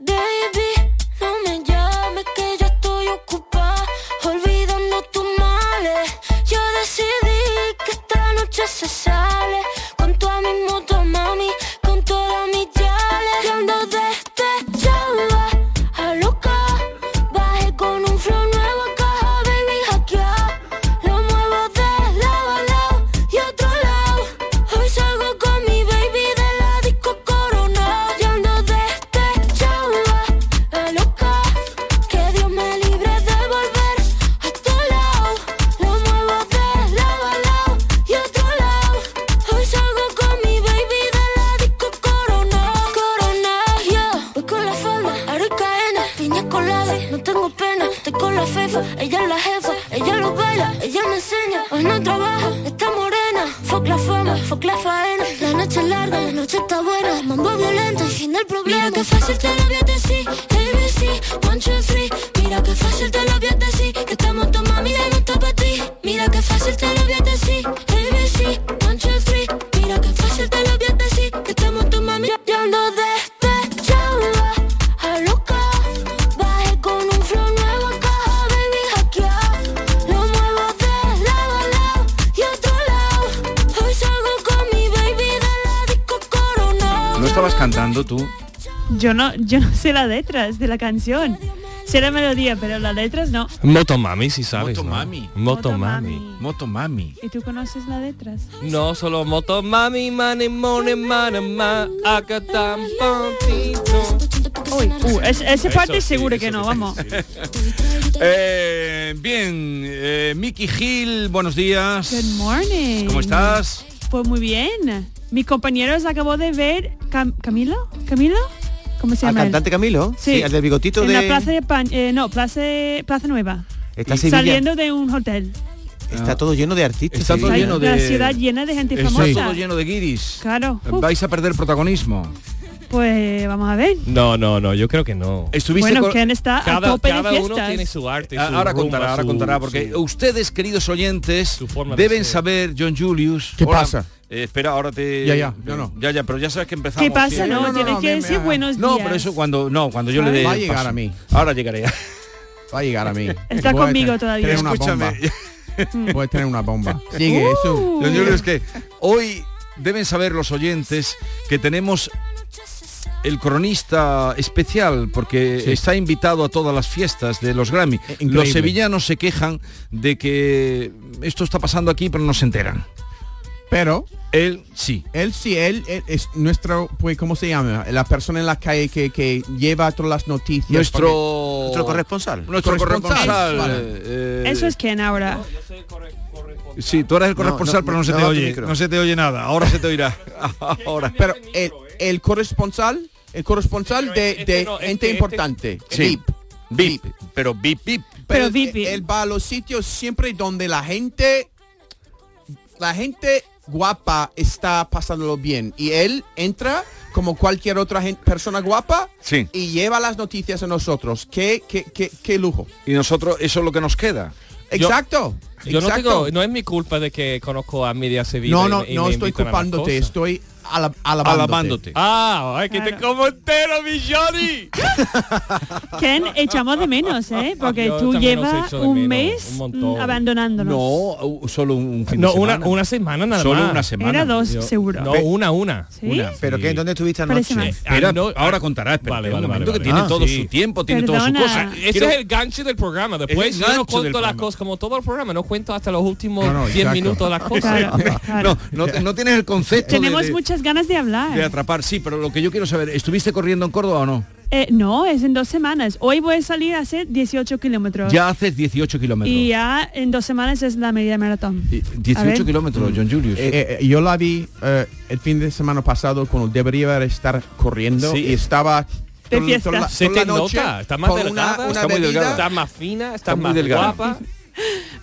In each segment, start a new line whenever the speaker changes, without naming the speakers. Baby, no me llames que yo estoy ocupada Olvidando tus males Yo decidí que esta noche se sale Con tu mi moto, mami Con todas mis yales Que ando despechada A loca Bajé con un flow nuevo a caja Baby, hackea Lo muevo de lado a lado Y otro lado Hoy salgo con mi baby De la disco corona Yo ando este despechada la loca, que Dios me libre de volver a tu lado. Lo muevo de lado a lado y otro lado. Hoy salgo con mi baby de la disco corona. Corona, yo voy con la fama, aro y caena, piña colada. No tengo pena, estoy con la fefa. Ella es la jefa, ella lo baila, ella me enseña. Hoy no trabaja, está morena. Fuck la fama, fuck la faena. La noche es larga, la noche está buena. Mambo violento, el fin del problema. Mira que fácil te lo voy a decir. ABC, one, two, three. Mira que fácil te lo voy a decir. Que estamos tu mami de nuestro para ti. Mira que fácil te lo voy a decir. ABC, one, two, three. Mira que fácil te lo voy a decir. Que estamos tu mami. Yo ando despechada, a loca. Bajé con un flow nuevo a caja, baby, hackea. Lo muevo de lado a lado y otro lado. Hoy salgo con mi baby de la disco corona.
¿No estabas cantando tú?
Yo no, yo no sé las letras de la canción. Sé la melodía, pero las letras no.
Motomami, si sabes.
Motomami.
¿no? Motomami.
Motomami.
¿Y tú conoces las letras?
No, solo motomami, mani, moni, mana, ma, acá tan pompito.
Uy, uh, es- esa parte seguro que no, vamos.
Eh, bien, eh, Miki Gil, buenos días.
Good morning.
¿Cómo estás?
Pues muy bien. Mi compañero se acabó de ver Cam- Camilo, Camilo, ¿cómo se
Ah,
Al
llama? él?
cantante Camilo,
Sí.
sí, al del bigotito
en
de
la plaza de Pan, eh, no, plaza Plaza Nueva.
Está Sevilla.
Saliendo de un hotel.
Está todo lleno de artistas.
Está todo
Sevilla.
lleno de-
La ciudad llena de gente
Está
famosa.
todo lleno de guiris.
Claro. Uf,
Vais a perder protagonismo.
pues vamos a ver.
No, no, no, yo creo que no.
Estuviste
Bueno,
con-
Ken está a
Cada,
tope de
cada uno
fiestas.
tiene su arte. Su
ahora
rumba,
contará, ahora
su-
contará, porque
su-
ustedes, queridos oyentes,
Su forma de
deben
ser.
saber, John Julius.
¿Qué
Hola.
pasa?
Eh, espera, ahora te.
Ya, ya, yo no.
Ya, ya, pero ya sabes que empezamos.
¿Qué pasa?
Sí.
No,
no, no,
tienes
no,
que
me- me
decir
haga-
buenos días.
No, pero eso cuando. No, cuando yo le dé.
Va a
el
llegar
paso.
a mí.
Ahora llegaré.
Va a llegar a mí.
Está
Voy a
conmigo
tener-
todavía.
Tener una
Escúchame.
bomba. Puedes tener una bomba. Sigue eso.
Uh.
John Julius, que hoy deben saber los oyentes que tenemos el cronista especial porque
Sí.
está invitado a todas las fiestas de los Grammy.
Eh, increíble.
Los sevillanos se quejan de que esto está pasando aquí pero no se enteran.
Pero
Él sí.
él sí, él, él es nuestro, pues, ¿cómo se llama? La persona en la calle que, que lleva todas las noticias.
Nuestro,
Nuestro corresponsal.
Nuestro corresponsal.
Corresponsal.
eh,
Eso es Ken ahora.
Sí, tú eres el
No,
corresponsal,
no,
pero no se
no
te
va tu
oye.
micro.
No se te oye nada. Ahora se te oirá. Ahora.
Porque- Pero el, el corresponsal, el corresponsal de,
este
de gente importante.
Sí.
VIP.
Bip. Pero bip, bip.
Pero
él-
VIP.
Él va a los sitios siempre donde la gente, la gente guapa está pasándolo bien. Y él entra como cualquier otra gen- persona guapa
Sí.
y lleva las noticias a nosotros. Qué, qué, qué, qué lujo.
Y nosotros, eso es lo que nos queda.
Exacto.
Yo no
exacto.
tengo, no es mi culpa de que conozco a Media Sevilla.
no,
y
no,
me- y
no
me
estoy
invitan a las
culpándote,
cosas.
estoy ala- alabándote.
Alabándote.
Ah, ay, que te
Claro.
como entero, mi Johnny.
Ken echamos de menos, ¿eh? Porque
Yo
tú
también os
llevas
echo de
un
menos,
mes
un
mm,
montón.
abandonándonos. Eh,
No, solo un fin de
No, una,
semana.
una semana nada
Solo
más.
una semana.
Era dos,
Yo-
seguro.
No, una, una.
¿Sí?
una.
Pero
Sí.
que ¿dónde estuviste
Parece
anoche?
más.
Era-
Ah, no,
ahora contará, espera,
Vale,
espera
vale,
un
vale,
momento que
vale.
tiene
Ah,
todo
sí.
su tiempo, tiene
Perdona.
toda su cosa.
Ah,
Ese
Quiero-
es el gancho del programa.
Es
Después
el
yo no
gancho del
cuento las
programa.
cosas como todo el programa. No cuento hasta los últimos
No, no,
10
exacto.
minutos las
Claro,
cosas.
claro.
No, no, te- no tienes el concepto de-
Tenemos
de,
muchas ganas de hablar.
de atrapar. Sí, pero lo que yo quiero saber, ¿estuviste corriendo en Córdoba o no?
Eh, no, es en dos semanas. Hoy voy a salir a hacer 18 kilómetros.
Ya haces 18 kilómetros.
Y ya en dos semanas es la media maratón.
Y-
A ver.
18 kilómetros, John Julius.
Eh, eh, yo la vi eh, el fin de semana pasado cuando debería estar corriendo
Sí.
y estaba
De
toda-
fiesta.
toda la-
Se
toda
te
la noche
nota. Está más
con una-
delgada.
una
está, muy
bebida.
delgada. está más fina, está,
Está muy
más
delgada.
guapa.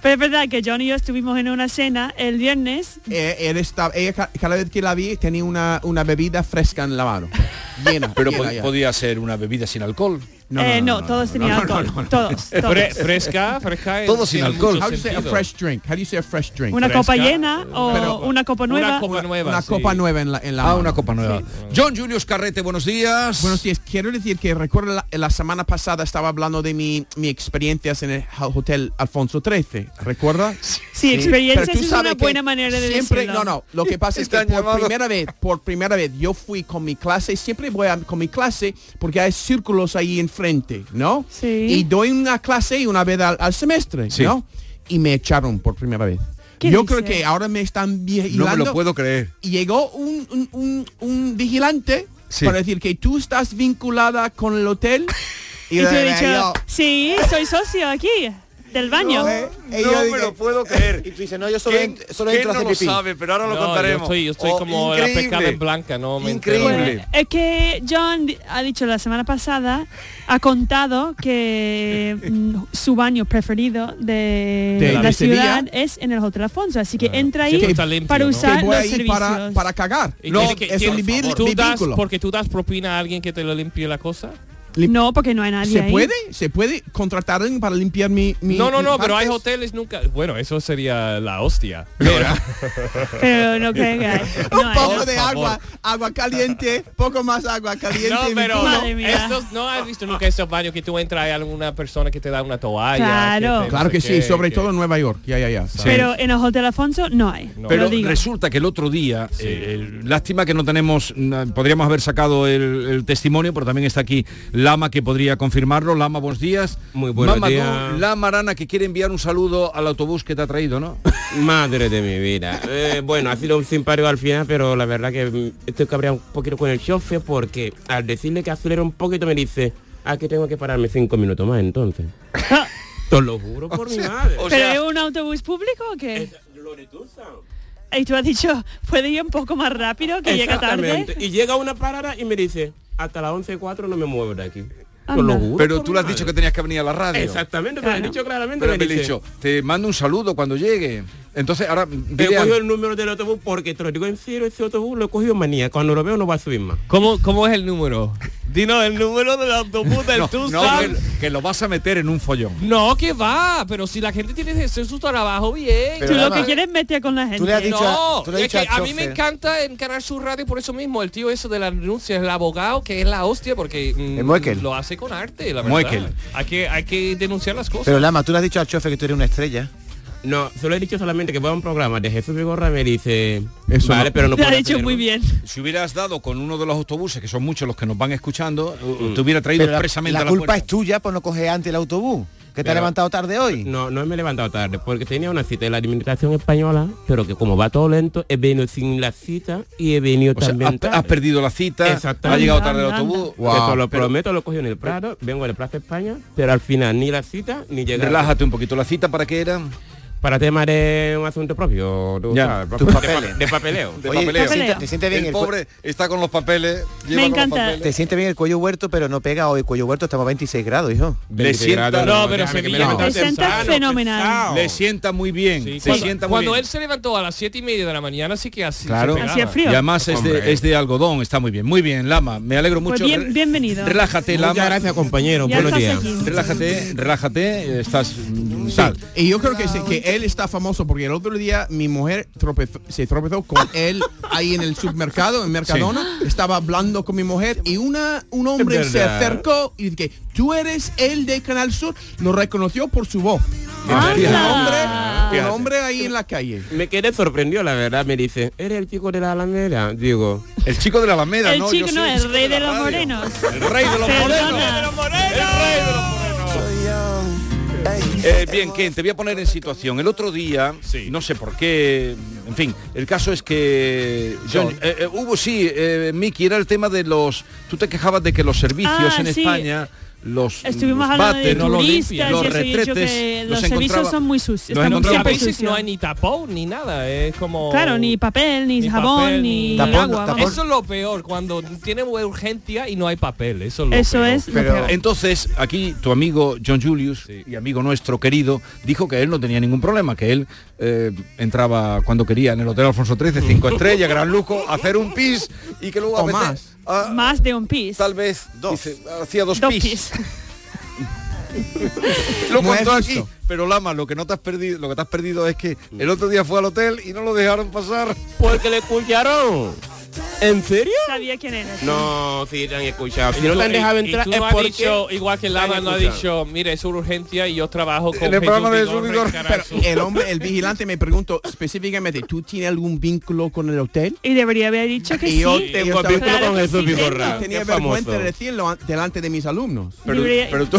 Pero es verdad que John y yo estuvimos en una cena el viernes.
Eh, él estaba, ella ca- cada vez que la vi tenía una, una bebida fresca en la mano. Llena.
Ah, pero
llena
pod-
ya.
podía ser una bebida sin alcohol. No, no,
Eh,
no,
no,
no,
todos tenían alcohol. Todos, todos.
Fre- fresca, fresca. en-
Todo sin
tiene
alcohol.
mucho
How do you say a
sentido.
fresh drink? How do you say a fresh drink?
Una
Fresca,
copa llena o
pero-
una copa nueva.
Una copa nueva.
Una
sí.
copa nueva en la, en la
Ah,
mano.
una copa nueva. John Julius Carrete, buenos días.
Buenos días. Quiero decir que recuerdo la, la semana pasada estaba hablando de mi, mi experiencias en el Hotel Alfonso XIII. ¿Recuerda?
Sí,
Pero
experiencias
tú
es una
sabes que
buena manera de
siempre,
decirlo.
No, no, lo que pasa es que
Están
por
llamados.
primera vez, por primera vez, yo fui con mi clase, siempre voy a- con mi clase porque hay círculos ahí enfrente, ¿no?
Sí.
Y doy una clase una vez al, al semestre,
Sí.
¿no? Y me echaron por primera vez.
¿Qué
Yo
dices?
creo que ahora me están vigilando.
No me lo puedo creer.
Y llegó un, un- un- un vigilante
Sí.
para decir que tú estás vinculada con el hotel.
Y tú he
yo-
dicho, sí, soy socio aquí, del baño.
eh,
no eh, me lo puedo creer.
Y tú dices, no, yo solo,
¿Quién-
ent- solo
quién
entro a
no
hacer
lo
pipí.
sabe? Pero ahora lo
No,
contaremos.
Yo estoy, yo estoy
Oh,
como la
increíble.
pescada en blanca, no me
Increíble.
entero.
Pues, es que John di- ha dicho la semana pasada, ha contado que mm, su baño preferido de,
De-
la
de Sevilla.
ciudad es en el Hotel Alfonso, así que entra ahí
Siempre está limpio,
para
¿no?
usar
que voy
los
ahí
servicios.
para, para cagar.
Y
No,
tiene que-
es
tiene-
un
por
vi-
favor. ¿Tú das,
vínculo.
porque tú das propina a alguien que te lo limpie la cosa.
lim-
No, porque no hay nadie
¿Se
ahí.
puede? ¿Se puede contratar a alguien para limpiar mi, mi-
no, no,
mis
no, pero hay
partes?
hoteles nunca. Bueno, eso sería la hostia. Pero,
Pero no creo que hay. No
Un
hay,
poco
¿no?
de agua, agua caliente, poco más agua caliente.
no,
mi
pero
culo.
Madre mía.
estos no has visto nunca estos baños que tú entras y hay alguna persona que te da una toalla.
Claro.
te-
Claro
no sé
que sí,
qué,
sobre
que-
todo en Nueva York. Ya, ya, ya.
Pero en el Hotel Alfonso no hay.
No.
lo
Pero
digo.
resulta que el otro día, eh, el- lástima que no tenemos, na- podríamos haber sacado el, el testimonio, pero también está aquí Lama que podría confirmarlo. Lama, buenos días.
Muy buenos
Mamadou
días.
Lama Arana que quiere enviar un saludo al autobús que te ha traído, ¿no?
Madre de mi vida. Eh, bueno, ha sido un simpario al final, pero la verdad que mm, estoy cabreado un poquito con el chofer porque al decirle que acelera un poquito me dice, ah, que tengo que pararme cinco minutos más entonces. Te lo juro por mi madre.
¿Pero es un autobús público o qué?
Lo de Tulsa.
Y tú has dicho, puede ir un poco más rápido que llega tarde.
Exactamente. Y llega a una parada y me dice, hasta las 11.04 no me muevo de aquí. Te
Anda.
lo juro.
Pero
por
tú
mi
le has
madre.
dicho que tenías que venir a la radio.
Exactamente, te lo
Claro.
he dicho claramente.
Pero me he
dice,
dicho, te mando un saludo cuando llegue. Entonces ahora
He
dile a-
cogido Eh, el número del autobús porque te lo digo en serio, ese autobús lo he cogido en manía. Cuando lo veo no va a subir más.
¿Cómo, ¿Cómo es el número? Dinos el número del autobús del
No, no,
Tucson.
que, que lo vas a meter en un follón.
No, que va, pero si la gente tiene que hacer su trabajo bien.
Tú lo
Lama,
que quieres es meter con la gente.
le has dicho-
no,
tú le has
es
dicho
que
al
a mí me
chofer.
encanta en Canal Sur Radio por eso mismo, el tío eso de la denuncia, el abogado, que es la hostia, porque mm,
El Moekel.
lo hace con arte, la verdad.
Moekel.
Hay que, hay que denunciar las cosas.
Pero Lama, tú le has dicho al chofer que tú eres una estrella.
No, solo he dicho solamente que voy a un programa de Jesús Vigorra me dice,
Eso
vale,
no.
pero no
Te ha
puedes
dicho
hacerlo.
muy bien.
Si hubieras dado con uno de los autobuses, que son muchos los que nos van escuchando,
Mm.
Mm. te hubiera traído
Pero la,
expresamente
la
a la
culpa
puerta.
es tuya por no coger antes el autobús, que te
Pero-
has levantado tarde hoy.
No, no me he levantado tarde porque tenía una cita de la administración española, pero que como va todo lento, he venido sin la cita y he venido
O sea,
también
has, has
tarde.
perdido la cita,
Exactamente.
ha llegado tarde el
Anda, anda.
autobús.
Que
Wow,
te lo
pero-
prometo, lo cogí en el Prado, vengo del Plaza España, pero al final ni la cita ni llegar.
Relájate un poquito. ¿La cita para qué era?
Para temas de un asunto propio, tú
Ya,
sabes,
tus
de pa-
papeles.
de papeleo.
De
Oye,
papeleo.
¿te, sientes, te sientes bien
El
el cue-
pobre está con los papeles. lleva con
Me
los
encanta.
papeles.
Te sientes bien el cuello huerto, pero no pega hoy. Cuello huerto estamos a 26 grados, hijo.
Le
20
sienta-
grados,
No, pero
déjame que me
Sevilla
levante
me sienta
temprano,
fenomenal.
pesado.
Le sienta muy bien.
Sí,
se
cuando
sienta muy
cuando
bien.
él se levantó a las siete y media de la mañana, sí que así
Claro.
se pegaba.
Hacía frío.
Y además es de,
Hombre.
es de algodón, está muy bien. Muy bien, Lama, me alegro
Pues
mucho.
bien-
Re-
bienvenido.
Relájate,
Muchas
Lama.
gracias, compañero.
Ya
Buenos
estás
días.
aquí.
Relájate, relájate, estás mm, tal.
Y yo creo que, sí, que él está famoso porque el otro día mi mujer tropezó- se tropezó con él ahí en el supermercado, en Mercadona. Estaba hablando con mi mujer y una, un hombre
Es
se
verdad.
acercó y dice que tú eres el de Canal Sur. Lo reconoció por su voz.
¡Anda!
Un hombre ahí en la calle.
Me quedé sorprendido, la verdad. Me dice, ¿eres el chico de la Alameda? Digo,
El chico de la Alameda,
El
¿no?
chico
Oh, Yo
no,
soy
el
chico
rey
la
de los
radio.
morenos.
El rey de los morenos.
Perdona.
Eh, bien, Ken, te voy a poner en situación. El otro día, no sé por qué, en fin, el caso es que John, eh, eh, hubo, sí, eh, Miki, era el tema de los... Tú te quejabas de que los servicios
Ah,
en
sí.
España, los,
Estuvimos
los
hablando de
váteres, los
turistas y
limpias, los
eso, y yo
retretes,
que
los
los servicios
encontraba-
son muy
los
sucios. están
En otros
encontraba-
siempre
países
sucios.
no hay ni tapón ni nada, es como...
Claro, ni papel, ni,
Ni
jabón,
papel,
ni
ni-
Tapón,
agua.
tapón.
vamos.
Eso es lo peor, cuando tiene urgencia y no hay papel, eso es lo
Eso
peor.
es lo
Pero-
peor.
Entonces, aquí tu amigo John Julius y amigo nuestro querido dijo que él no tenía ningún problema, que él eh, entraba cuando quería en el Hotel Alfonso XIII, cinco estrellas, gran lujo, a hacer un pis y que luego a
O
veces,
más.
ah,
Más de un pis.
tal vez dos. hacía dos,
Dos
pis.
pis.
lo
No es
contó aquí.
justo.
Pero Lama, lo que no te has perdido, lo que te has perdido es que el otro día fue al hotel y no lo dejaron pasar.
Porque le escucharon. ¿En serio?
Sabía quién era.
No, si te han escuchado. Si
Y
no
tú-
te han dejado
y- y
entrar
tú
es
no has
porque...
dicho, igual que Lama
han
no ha
escuchado.
dicho, mire, es una urgencia y yo trabajo con
En el programa de
Jesús
Jesús
Vigorra
Vigorra,
Escarazo.
El hombre, el vigilante me preguntó específicamente, ¿tú tienes algún vínculo con el hotel?
Y debería haber dicho que
Y yo
sí.
tengo
Tengo
estaba-
vínculo
Claro
con
que
Jesús
sí,
Vigorra.
tengo.
que
Tenía
es famoso.
vergüenza de decirlo an- delante de mis alumnos.
Pero,
Libre-
pero tú,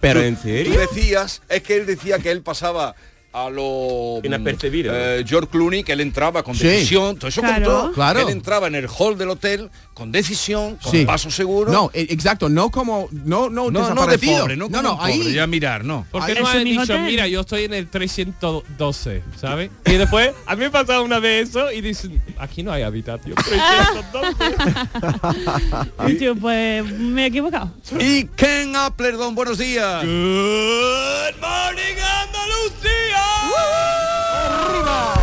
Pero
tú-
en serio.
tú decías, es que él decía que él pasaba a lo
Inapercibido.
eh, George Clooney, que él entraba con
Sí.
decisión, todo eso
Claro.
contó.
Claro.
Él entraba en el hall del hotel con decisión, con
Sí.
paso seguro.
No, e- exacto, no como no no,
no, no de
desaparecido.
pobre, no,
no,
como
no,
un pobre,
ahí
ya mirar, no.
¿Por qué
Ahí
no
es
han
mi
dicho,
hotel.
mira, yo estoy en el 312, ¿sabes? Y después, a mí me ha pasado una vez eso y dicen, aquí no hay habitación. 312.
Y yo, pues me he equivocado.
Y Ken Appler, don, buenos días.
Good morning, Andalucía.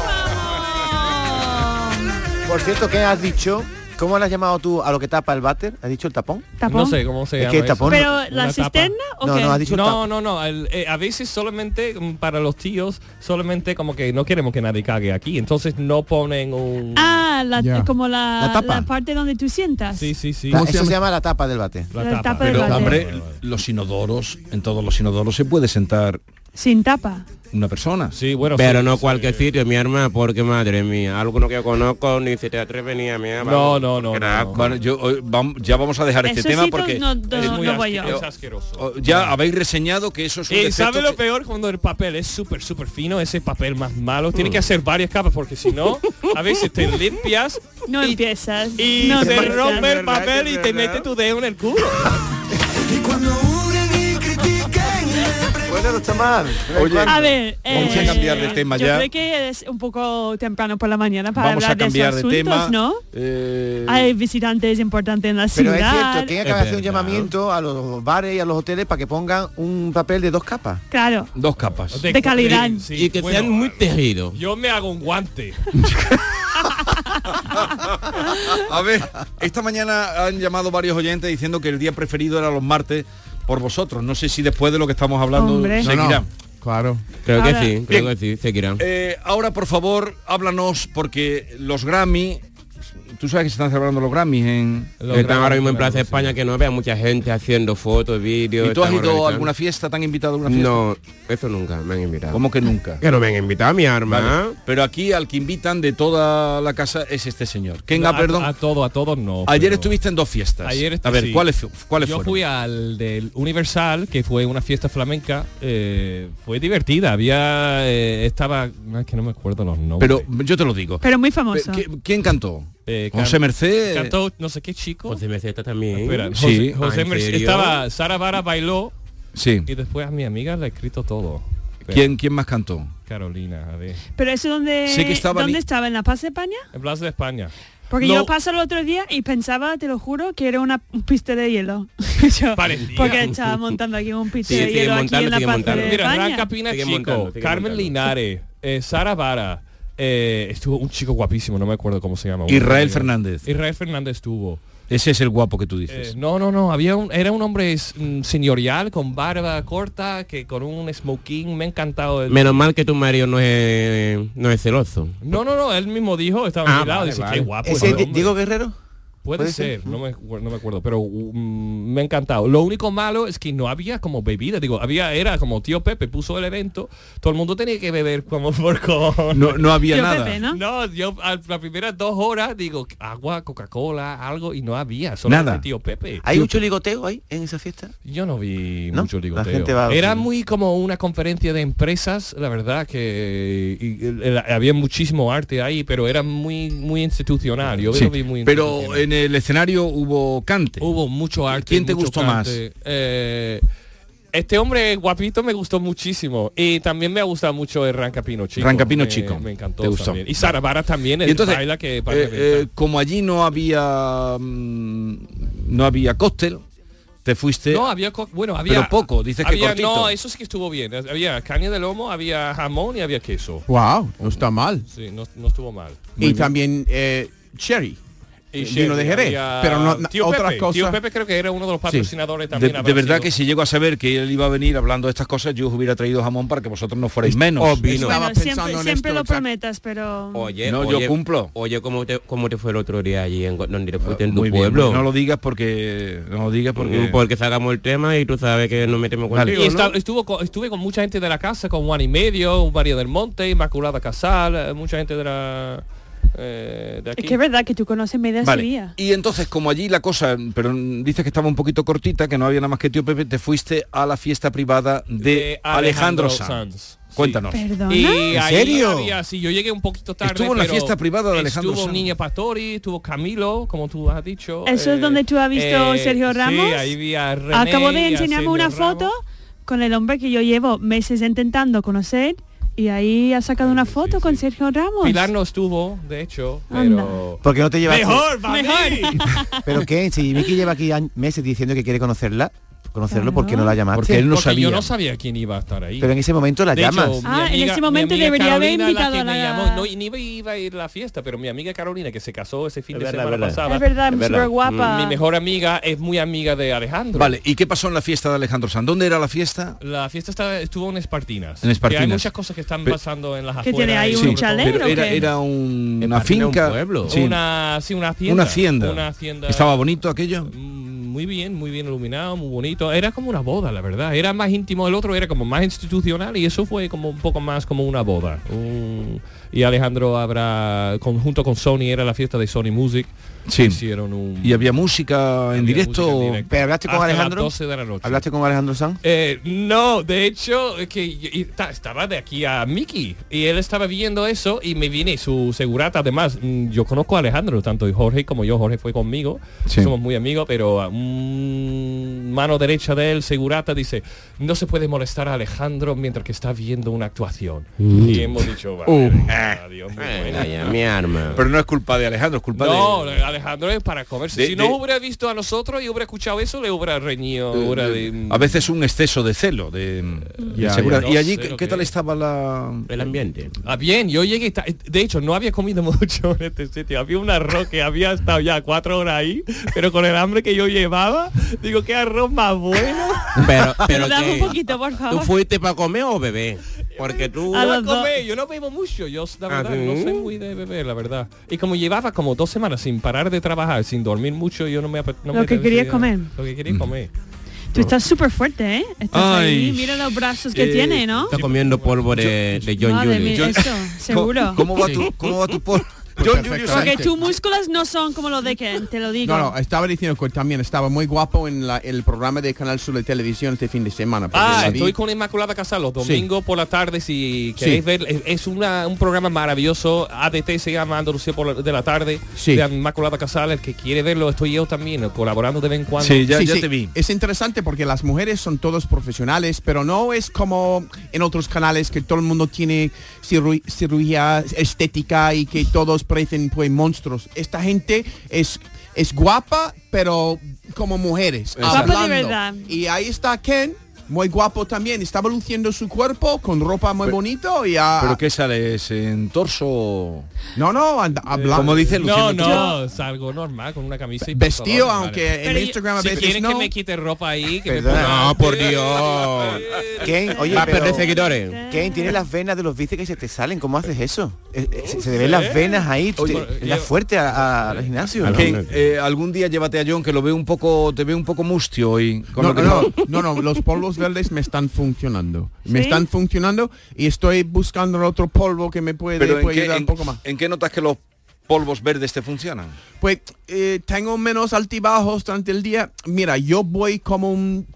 Por cierto, ¿qué has dicho? ¿Cómo le has llamado tú a lo que tapa el váter? ¿Has dicho el tapón?
Tapón.
No sé cómo se
Es
llama.
que
eso.
tapón-
Pero
Una
la
tapa.
cisterna o
No,
qué?
no, has dicho el
No,
tapón.
no, no. el- eh, a veces solamente mm, para los tíos, solamente como que no queremos que nadie cague aquí. Entonces no ponen un...
Ah, la,
Ya.
como la,
La tapa.
parte donde tú sientas.
Sí, sí, sí.
La-
¿Cómo se
eso se
llama?
llama la tapa del váter.
La tapa del
Pero,
Vale.
hombre, los inodoros, en todos los inodoros se puede sentar
Sin tapa.
una persona.
Sí, bueno.
Pero
sí,
no
sí.
cualquier sitio, mi hermana, porque madre mía, algo no que yo conozco ni se te atreve ni a mí.
No, no, no, no.
Bueno, yo, eh, vam- ya vamos a dejar este
Eso
tema
sí,
porque
no, no,
Es muy
no voy
asque-
yo.
es asqueroso.
oh, ya habéis reseñado que eso es un
Y
defecto
Eh, sabe lo
que-
peor cuando el papel es súper, súper fino, ese papel más malo. Tiene que hacer varias capas porque si no, a veces te limpias
No
y,
empiezas.
y
no
se
empiezas.
rompe el
Es verdad,
papel
es
y te
verdad.
mete tu dedo en el culo.
Bueno, no está mal.
Oye,
A ver, eh,
Vamos a cambiar de tema
yo
ya.
creo que es un poco temprano por la mañana para
vamos a
hablar de esos
cambiar de,
asuntos,
tema.
¿no?
Eh,
Hay visitantes importantes en la
Pero es
ciudad.
cierto, tiene que
Es
hacer un
verdad.
llamamiento a los bares y a los hoteles para que pongan un papel de dos capas.
Claro.
dos capas.
De calidad.
sí, bueno,
tejidos.
Yo me hago un guante.
A ver, esta mañana han llamado varios oyentes diciendo que el día preferido era los martes por vosotros. No sé si después de lo que estamos hablando
Hombre.
No, no,
seguirán.
Claro.
Creo que
Ahora-
sí, creo que sí, seguirán.
Eh, ahora, por favor, háblanos porque los Grammy, tú sabes que se están celebrando los Grammys en...
Están ahora mismo en Plaza España que no vea mucha gente haciendo fotos, vídeos.
¿Y tú has
están
ido a
organizando.
alguna fiesta? ¿Te han invitado a alguna fiesta?
No, eso nunca me han invitado.
¿Cómo que nunca?
Que no me han invitado mi arma.
Vale. Pero aquí al que invitan de toda la casa es este señor. Kenga,
a,
perdón.
A todo, a todos no.
ayer
pero-
estuviste en dos fiestas.
Ayer
a
estu-
ver,
sí.
¿cuáles, fu- cuáles
Yo
fueron?
fui al del Universal, que fue una fiesta flamenca, eh, fue divertida, había, eh, estaba, no, es que no me acuerdo los nombres.
Pero yo te lo digo.
Pero muy famoso.
¿Qui- ¿Quién cantó?
Eh, can-
José Merced.
Cantó no sé qué chico.
José Meseta también.
Espera, José,
Sí.
José
Ah, ¿en
Merced-
serio?
estaba Sara Vara bailó
Sí.
y después a mi amiga le he escrito todo. Espera,
¿Quién, ¿Quién más cantó?
Carolina, a ver.
Pero eso donde
Sé que estaba
dónde
ni-
estaba en la Paz de España?
En Plaza de España.
Porque
Lo-
yo pasé el otro día y pensaba, te lo juro, que era una un piste de hielo. Yo-
Parecía.
porque estaba montando aquí un piste
Sigue-
de
sigue
hielo aquí
montando,
en la
sigue
Plaza
montando.
de
Mira,
España.
Ranca Pina
Sigue
Chico,
montando, sigue
Carmen
montando.
Linares, eh, Sara Vara, eh, estuvo un chico guapísimo, no me acuerdo cómo se llama.
Israel Fernández.
Israel Fernández estuvo.
Ese es el guapo que tú
Eh,
dices.
no, no, no, había un, era un hombre mm, señorial con barba corta que con un smoking me ha encantado el-
Menos mal que tu marido no es, no es celoso.
No, no, no, él mismo dijo, estaba a
Ah,
mi lado,
vale,
dice,
vale.
qué guapo.
¿Ese
este
es Di-
hombre".
Diego Guerrero?
Puede,
puede
ser,
ser.
No, me, acuer- no me acuerdo, pero mm, me ha encantado. Lo único malo es que no había como bebida, digo, había, era como tío Pepe puso el evento, todo el mundo tenía que beber como por con...
No, no había
Tío
nada.
Pepe, ¿no?
No, yo a las primeras dos horas digo agua, Coca-Cola, algo y no había, solamente
Nada.
tío Pepe.
¿Hay mucho ligoteo ahí en esa fiesta?
Yo no vi
¿No?
mucho
La
ligoteo.
gente va-
Era muy como una conferencia de empresas, la verdad que y, el- el- había muchísimo arte ahí, pero era muy muy institucional. Yo
Sí.
lo vi muy
Pero
institucional.
en el escenario hubo cante.
hubo mucho arte.
¿Quién te
mucho
gustó más?
cante. Eh, este hombre guapito me gustó muchísimo y también me ha gustado mucho el Rancapino Chico.
Rancapino
Me-
Chico.
Me encantó
Te gustó.
también. Y Sara Vara también,
Y
el
entonces,
baila que
eh, eh, como allí no había mm, no había cóctel, te fuiste.
No, había co- bueno, había
Pero poco, dices que
había-
cortito.
No, eso sí que estuvo bien. Había caña de lomo, había jamón y había queso.
Wow, no está mal.
Sí, no, no estuvo mal.
y también eh, Cherry.
Y
vino de
Sherry,
Jerez.
había-
Pero no, na-
Tío
otras
Pepe, Tío
cosas.
Pepe creo que era uno de los
Sí.
patrocinadores
De,
también.
de
habrá
verdad
sido.
que si llego a saber que él iba a venir hablando de estas cosas, yo os hubiera traído jamón para que vosotros no fuerais menos.
o vino.
Estaba
Bueno, siempre,
pensando en
siempre
esto,
lo
exacto.
prometas, pero...
Oye,
No, yo
oye,
cumplo.
Oye, ¿cómo te, ¿cómo te fue el otro día allí en, donde te fuiste en tu
Muy bien,
pueblo? Mm,
no lo digas porque no lo digas porque
porque, sacamos el tema y tú sabes que nos metemos
Vale.
contigo,
Y
¿no?
esta- estuvo con- estuve con mucha gente de la casa, con Juan y Medio, María del Monte, Inmaculada Casal, eh, mucha gente de la... eh, de aquí.
Es que es verdad que tú conoces media
Vale.
Sevilla.
Y entonces, como allí la cosa, pero mm, dices que estaba un poquito cortita, que no había nada más que tío Pepe, te fuiste a la fiesta privada de, Alejandro, Sanz.
Sí.
Cuéntanos.
Perdona.
Y
¿En
ahí
serio?
había- sí, yo llegué un poquito tarde.
¿Ah? Estuvo en la
pero
fiesta privada de Alejandro
Estuvo
Sanz.
Niña Pastori, estuvo Camilo, como tú has dicho. eh,
¿Eso es donde tú has visto Sergio Ramos?
Sí, ahí vi a René
Acabo
y a
de enseñarme
Sergio
una
Ramos.
foto con el hombre que yo llevo meses intentando conocer y ahí ha sacado una foto con Sergio Ramos.
Pilar no estuvo, de hecho,
Anda.
pero...
¿Por qué no te llevas?
mejor.
¿Pero qué? Si Miki lleva aquí años- meses diciendo que quiere conocerla, conocerlo,
Claro.
porque no la llamaste?
Porque él no
Porque
sabía.
yo no sabía quién iba a estar ahí.
Pero en ese momento la
De
llamas.
hecho, mi
Ah, en ese
mi
momento
amiga
debería haber
Carolina es la
invitado
que
a
me
la-
llamó. No, y ni iba a ir a la fiesta, pero mi amiga Carolina, que se casó ese fin
Es
de
verdad,
semana
es verdad.
pasada,
es verdad,
verdad.
súper guapa.
mi mejor amiga es muy amiga de Alejandro.
Vale, ¿y qué pasó en la fiesta de Alejandro Sanz? ¿Dónde era la fiesta?
La fiesta está- estuvo en Espartinas.
En Espartinas.
Que hay muchas cosas que están
Pe-
pasando en las
¿Qué
afueras. ¿eh?
tiene ahí,
y
un
sobre todo-
chalet?
pero
o
era,
qué?
era un- una
Espartina, un
finca.
pueblo.
sí, una,
Una, sí, una hacienda.
hacienda.
Una hacienda.
Estaba bonito aquello.
Mm, Muy bien, muy bien iluminado, muy bonito. Era como una boda, la verdad. Era más íntimo el otro, era como más institucional y eso fue como un poco más como una boda. Un- y Alejandro habrá, con- junto con Sony, era la fiesta de Sony Music.
Sí.
Hicieron un...
Y había música en
Mm. había
directo.
música en directo.
¿Pero hablaste con
Hasta
Alejandro?
Las 12 de la noche.
¿Hablaste con Alejandro Sanz?
Eh, no, de hecho, es que yo- y ta- estaba de aquí a Mickey y él estaba viendo eso y me viene su segurata. Además, mm, yo conozco a Alejandro, tanto Jorge como yo. Jorge fue conmigo,
Sí.
somos muy amigos, pero a un mano derecha de él, segurata, dice, no se puede molestar a Alejandro mientras que está viendo una actuación.
Mm.
Y hemos dicho, "Vale,
Uh.
venga, adiós, muy
Ay,
buena".
ay, ay, mi arma.
Pero no es culpa de Alejandro, es culpa
No,
de...
Alejandro es para comerse.
De-
si
de- Eh,
no hubiera visto a nosotros y hubiera escuchado eso, le hubiera reñido. hubiera de-
A veces un exceso de celo, de, de
ya,
seguridad.
no
¿Y allí
sé
qué,
lo
qué
que
tal
es.
estaba la...?
El ambiente.
Ah, bien, yo llegué, ta- de hecho no había comido mucho en este sitio, había un arroz que había estado ya cuatro horas ahí, pero con el hambre que yo llevaba, digo que arroz más bueno.
Pero, pero
Dame
que-
un poquito, por
¿Tú
favor.
fuiste para comer o beber? Porque tú...
A
Yo
los
no comí,
dos.
yo no bebo mucho, yo la
Ah,
verdad no
¿sí?
soy muy de beber, la verdad. Y como llevaba como dos semanas sin parar de trabajar, sin dormir mucho, yo no me apet- no
Lo
me
que querías
apetecía-
comer.
Lo que quería comer.
Tú estás súper fuerte, ¿eh? Estás
Ay.
ahí, mira los brazos que
Eh,
tiene, ¿no?
Está comiendo polvo de, de John
Madre
Julius.
mía, eso, seguro.
¿Cómo va tu, cómo va tu por? John Julius
¿Mm? Pues perfectamente.
Porque tus músculos no son como los de Ken, te lo digo.
No, eh. no, estaba diciendo que también estaba muy guapo en la- el programa de Canal Sur de Televisión este fin de semana. porque
Ah,
la vi.
estoy con Inmaculada Casal los domingos por la tarde si queréis ver. Es, es una- un programa maravilloso. ADT se llama Andalucía por la- de la tarde.
Sí.
De Inmaculada Casal, el que quiere verlo, estoy yo también colaborando de vez en cuando.
Sí, ya,
Sí,
ya
sí,
te vi.
Es interesante porque las mujeres son todos profesionales, pero no es como en otros canales que todo el mundo tiene cirru- cirugía estética y que todos parecen pues monstruos. Esta gente es es guapa, pero como mujeres.
Guapa
de
hablando.
verdad.
Y ahí está Ken. Muy guapo también, estaba luciendo su cuerpo con ropa muy
Pe-
bonito y a-
¿Pero qué sales? ¿En torso?
No, no, anda, hablando.
Como dice
No,
Luciano.
no, salgo normal con una camisa y
Vestido,
pantalones,
aunque
vale.
en
Pero yo-
Instagram a
Si
veces
quieren
no.
que me quite ropa ahí, que me
Perdona.
ponga-
No, por Dios.
Ken, Ah, oye,
Va a
pero-
perder seguidores.
Ken, tienes las venas de los bíceps que se te salen. ¿Cómo haces eso? Eh, eh, se, se te ven las venas ahí. tú te-
Oye,
das fuerte a- a- al gimnasio. ¿no?
Ken, eh, algún día llévate a John que lo veo un poco, te veo un poco mustio y con
No,
lo que
no, no, no, los polvos verdes me están funcionando. Me
¿Sí?
están funcionando y estoy buscando otro polvo que me puede,
Pero ¿en
puede
qué,
ayudar
en-
un poco más.
¿en qué notas que los polvos verdes te funcionan?
Pues eh, tengo menos altibajos durante el día. Mira, yo voy como un,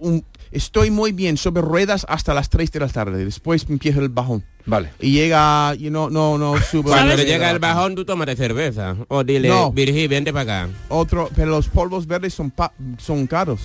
un- Estoy muy bien sobre ruedas hasta las 3 de la tarde. Después empiezo el bajón.
Vale.
Y llega... y no, no, no, subo...
Cuando te llega el bajón, tú tómate cerveza. O dile,
No.
Virgil, vente para acá.
Otro, pero los polvos verdes son, pa- son caros.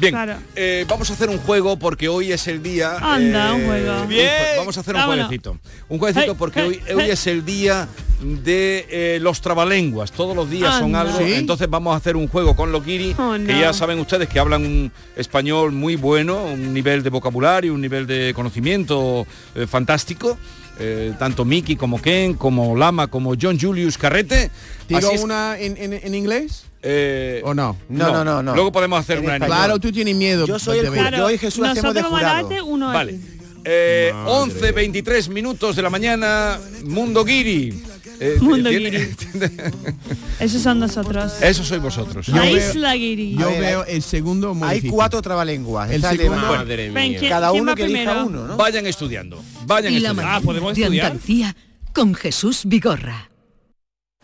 Bien,
Claro.
eh, vamos a hacer un juego porque hoy es el día.
Anda, un juego.
eh,
jue-
Bien.
Vamos a hacer un
Vámonos.
jueguecito. Un jueguecito
Hey,
porque
hey,
hoy, hoy
hey.
es el día
de eh, los trabalenguas. Todos los días son
Anda.
algo.
¿Sí?
Entonces vamos a hacer un juego con Loquiri,
Oh,
que
no.
ya saben ustedes que hablan un español muy bueno, un nivel de vocabulario, un nivel de conocimiento eh, fantástico. Eh, tanto Mickey como Ken, como Lama, como John Julius Carrete.
¿Digo
Así es-
una en, en- en inglés?
eh,
¿O no?
No, no, no, no.
Luego podemos hacer
En
una en
español.
Claro, tú tienes miedo.
Yo soy el
de ver.
Claro. Yo y Jesús hacemos
nosotros
de
vamos
jurado.
a darte uno
Vale.
vale.
Eh, 11, 23 minutos de la mañana, Mundo Guiri. Eh,
Mundo
tiene-
Guiri. Esos son nosotros.
Eso sois vosotros.
Yo
la
veo-
isla Guiri.
Yo
A ver,
veo el segundo muy
Hay
difícil.
cuatro trabalenguas.
El
Está de-
segundo-
Bueno,
Madre
Ven,
mía.
¿quién-
cada
quién
uno
va
que elija
primero? Ah,
uno, ¿no?
Vayan estudiando. Vayan
Y la
estudiando.
mañana
Ah, podemos
de
estudiar.
Andalucía con Jesús Vigorra.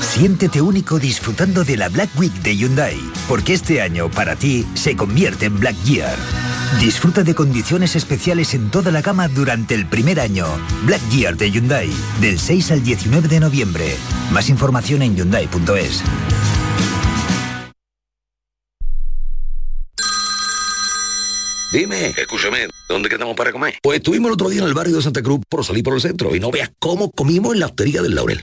Siéntete único disfrutando de la Black Week de Hyundai, porque este año para ti se convierte en Black Year. Disfruta de condiciones especiales en toda la gama durante el primer año. Black Year de Hyundai, del 6 al 19 de noviembre. Más información en hyundai.es.
Dime, escúchame, ¿dónde quedamos para comer? Pues estuvimos el otro día en el barrio de Santa Cruz por salir por el centro y no veas cómo comimos en la hostería del Laurel.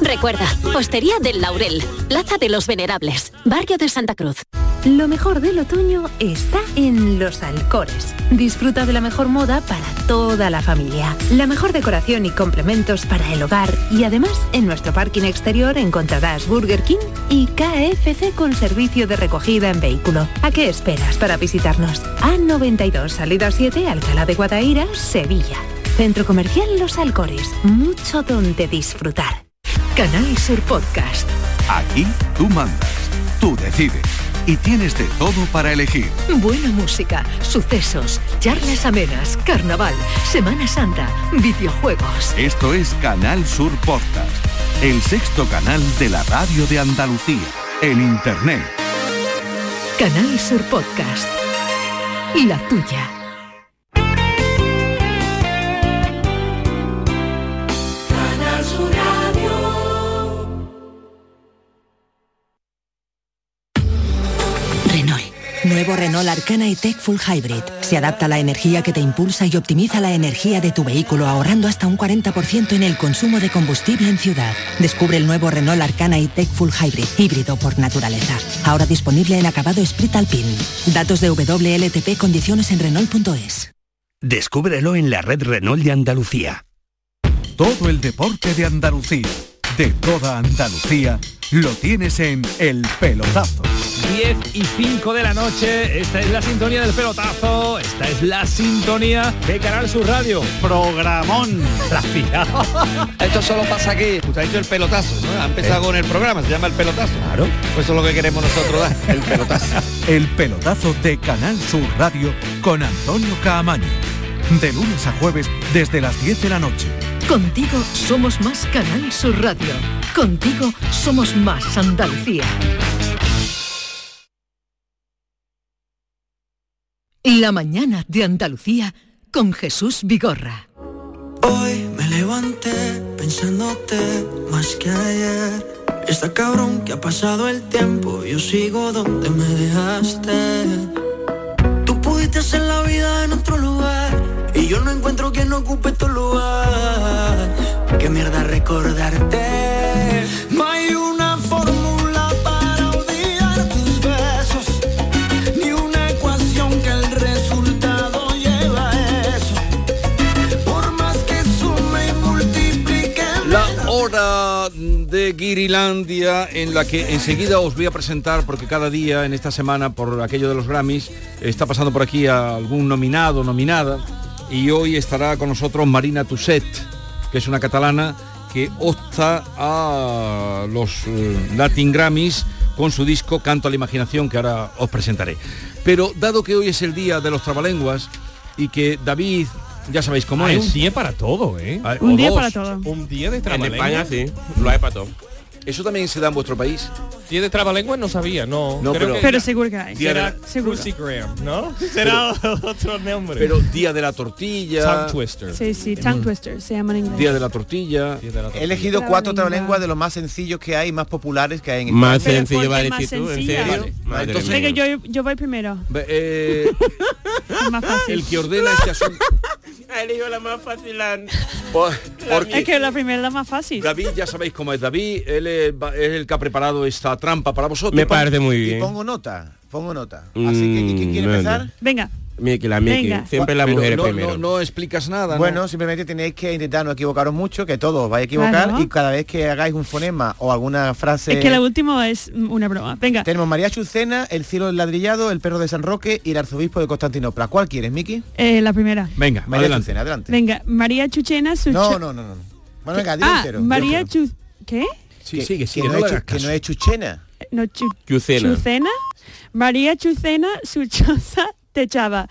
Recuerda, Postería del Laurel, Plaza de los Venerables, Barrio de Santa Cruz. Lo mejor del otoño está en Los Alcores. Disfruta de la mejor moda para toda la familia, la mejor decoración y complementos para el hogar y además en nuestro parking exterior encontrarás Burger King y KFC con servicio de recogida en vehículo. ¿A qué esperas para visitarnos? A92, salida 7, Alcalá de Guadaira, Sevilla. Centro Comercial Los Alcores, mucho donde disfrutar.
Canal Sur Podcast.
Aquí tú mandas, tú decides y tienes de todo para elegir.
Buena música, sucesos, charlas amenas, carnaval, Semana Santa, videojuegos.
Esto es Canal Sur Podcast, el sexto canal de la radio de Andalucía, en Internet.
Canal Sur Podcast. La tuya.
Renault. Nuevo Renault Arcana E-Tech Full Hybrid. Se adapta a la energía que te impulsa y optimiza la energía de tu vehículo ahorrando hasta un 40% en el consumo de combustible en ciudad. Descubre el nuevo Renault Arcana E-Tech Full Hybrid, híbrido por naturaleza. Ahora disponible en acabado Split Alpine. Datos de WLTP condiciones en Renault.es.
Descúbrelo en la red Renault de Andalucía.
Todo el deporte de Andalucía, de toda Andalucía, lo tienes en El Pelotazo.
10 y 5 de la noche, esta es la sintonía del pelotazo, esta es la sintonía de Canal Sur Radio.
Programón.
La final.
Esto solo pasa aquí. Usted ha dicho el pelotazo, ¿no? Ha empezado con el programa, se llama el pelotazo.
Claro.
Pues eso es lo que queremos nosotros ¿eh? dar, el pelotazo.
El Pelotazo de Canal Sur Radio con Antonio Caamaño. De lunes a jueves desde las 10 de la noche.
Contigo somos más Canal Sur Radio. Contigo somos más Andalucía. La mañana de Andalucía con Jesús Vigorra.
Hoy me levanté pensándote más que ayer. Está cabrón que ha pasado el tiempo, yo sigo donde me dejaste. Tú pudiste hacer la vida en otro lugar y yo no encuentro quien ocupe tu lugar.
recordarte. No hay una fórmula para odiar tus besos, ni una ecuación que el resultado lleva a eso. Por más que sume y multiplique,
La hora de Guirilandia en la que enseguida os voy a presentar porque cada día en esta semana por aquello de los Grammys está pasando por aquí a algún nominado, nominada y hoy estará con nosotros Marina Tuset, que es una catalana que opta a los eh, Latin Grammys con su disco Canto a la Imaginación que ahora os presentaré. Pero dado que hoy es el día de los trabalenguas y que David, ya sabéis cómo
Hay
es.
un día para todo, ¿eh?
Hay-
Un
o
día
dos.
para todo.
Un día de
En
trabalenguas.
España sí,
lo hay para todo.
¿Eso también se da en vuestro país?
Día de trabalenguas no sabía, no. Creo
No, pero-
que
Pero
era-
seguro que hay.
Día de la-
Seguro.
Crucigram, ¿no? Será otro nombre.
Pero Día de la Tortilla.
Tongue Twister.
Sí, sí, Tongue Twister se llama en inglés.
Día de la tortilla.
He elegido cuatro trabalenguas de los más sencillos que hay, más populares que hay en
Más
España.
sencillo va a
más
decir tú, en
sencilla.
serio.
Vale.
Madre
Entonces-
mía.
Venga, yo, yo voy primero.
Ve- eh,
Es más fácil.
el que ordena este asunto.
Ha elegido Ah, la más fácil. la-
Oh, Por-
Es que
Porque
la primera es la más fácil.
David, ya sabéis cómo es David, él es, va- es el que ha preparado esta trampa para vosotros.
Me parece muy bien.
Y pongo nota, pongo nota.
Así que, ¿quién
¿Quiere empezar?
Venga.
Miki, Mm, la Miki.
Venga.
Siempre las
Pero
mujeres
no-
primero.
no- no explicas nada. ¿no?
Bueno, simplemente tenéis que intentar no equivocaros mucho, que todos vais a equivocar
Claro.
y cada vez que hagáis un fonema o alguna frase...
Es que la última es mm, una broma. Venga.
Tenemos María Chucena, el cielo del ladrillado, el perro de San Roque y el arzobispo de Constantinopla. ¿Cuál quieres, Miki?
eh, la primera.
Venga,
María
adelante.
Chucena, adelante.
Venga, María Chuchena su
No, no, no, no. Bueno, venga, dilo
ah,
entero, dilo
María
entero.
Chu... ¿Qué?
Sí,
que,
sigue,
que
sigue,
no
no
es
le
Chu-
hagas
que
caso.
no es Chuchena.
No, Chu-
Chucena.
Chucena. María Chucena su choza techaba.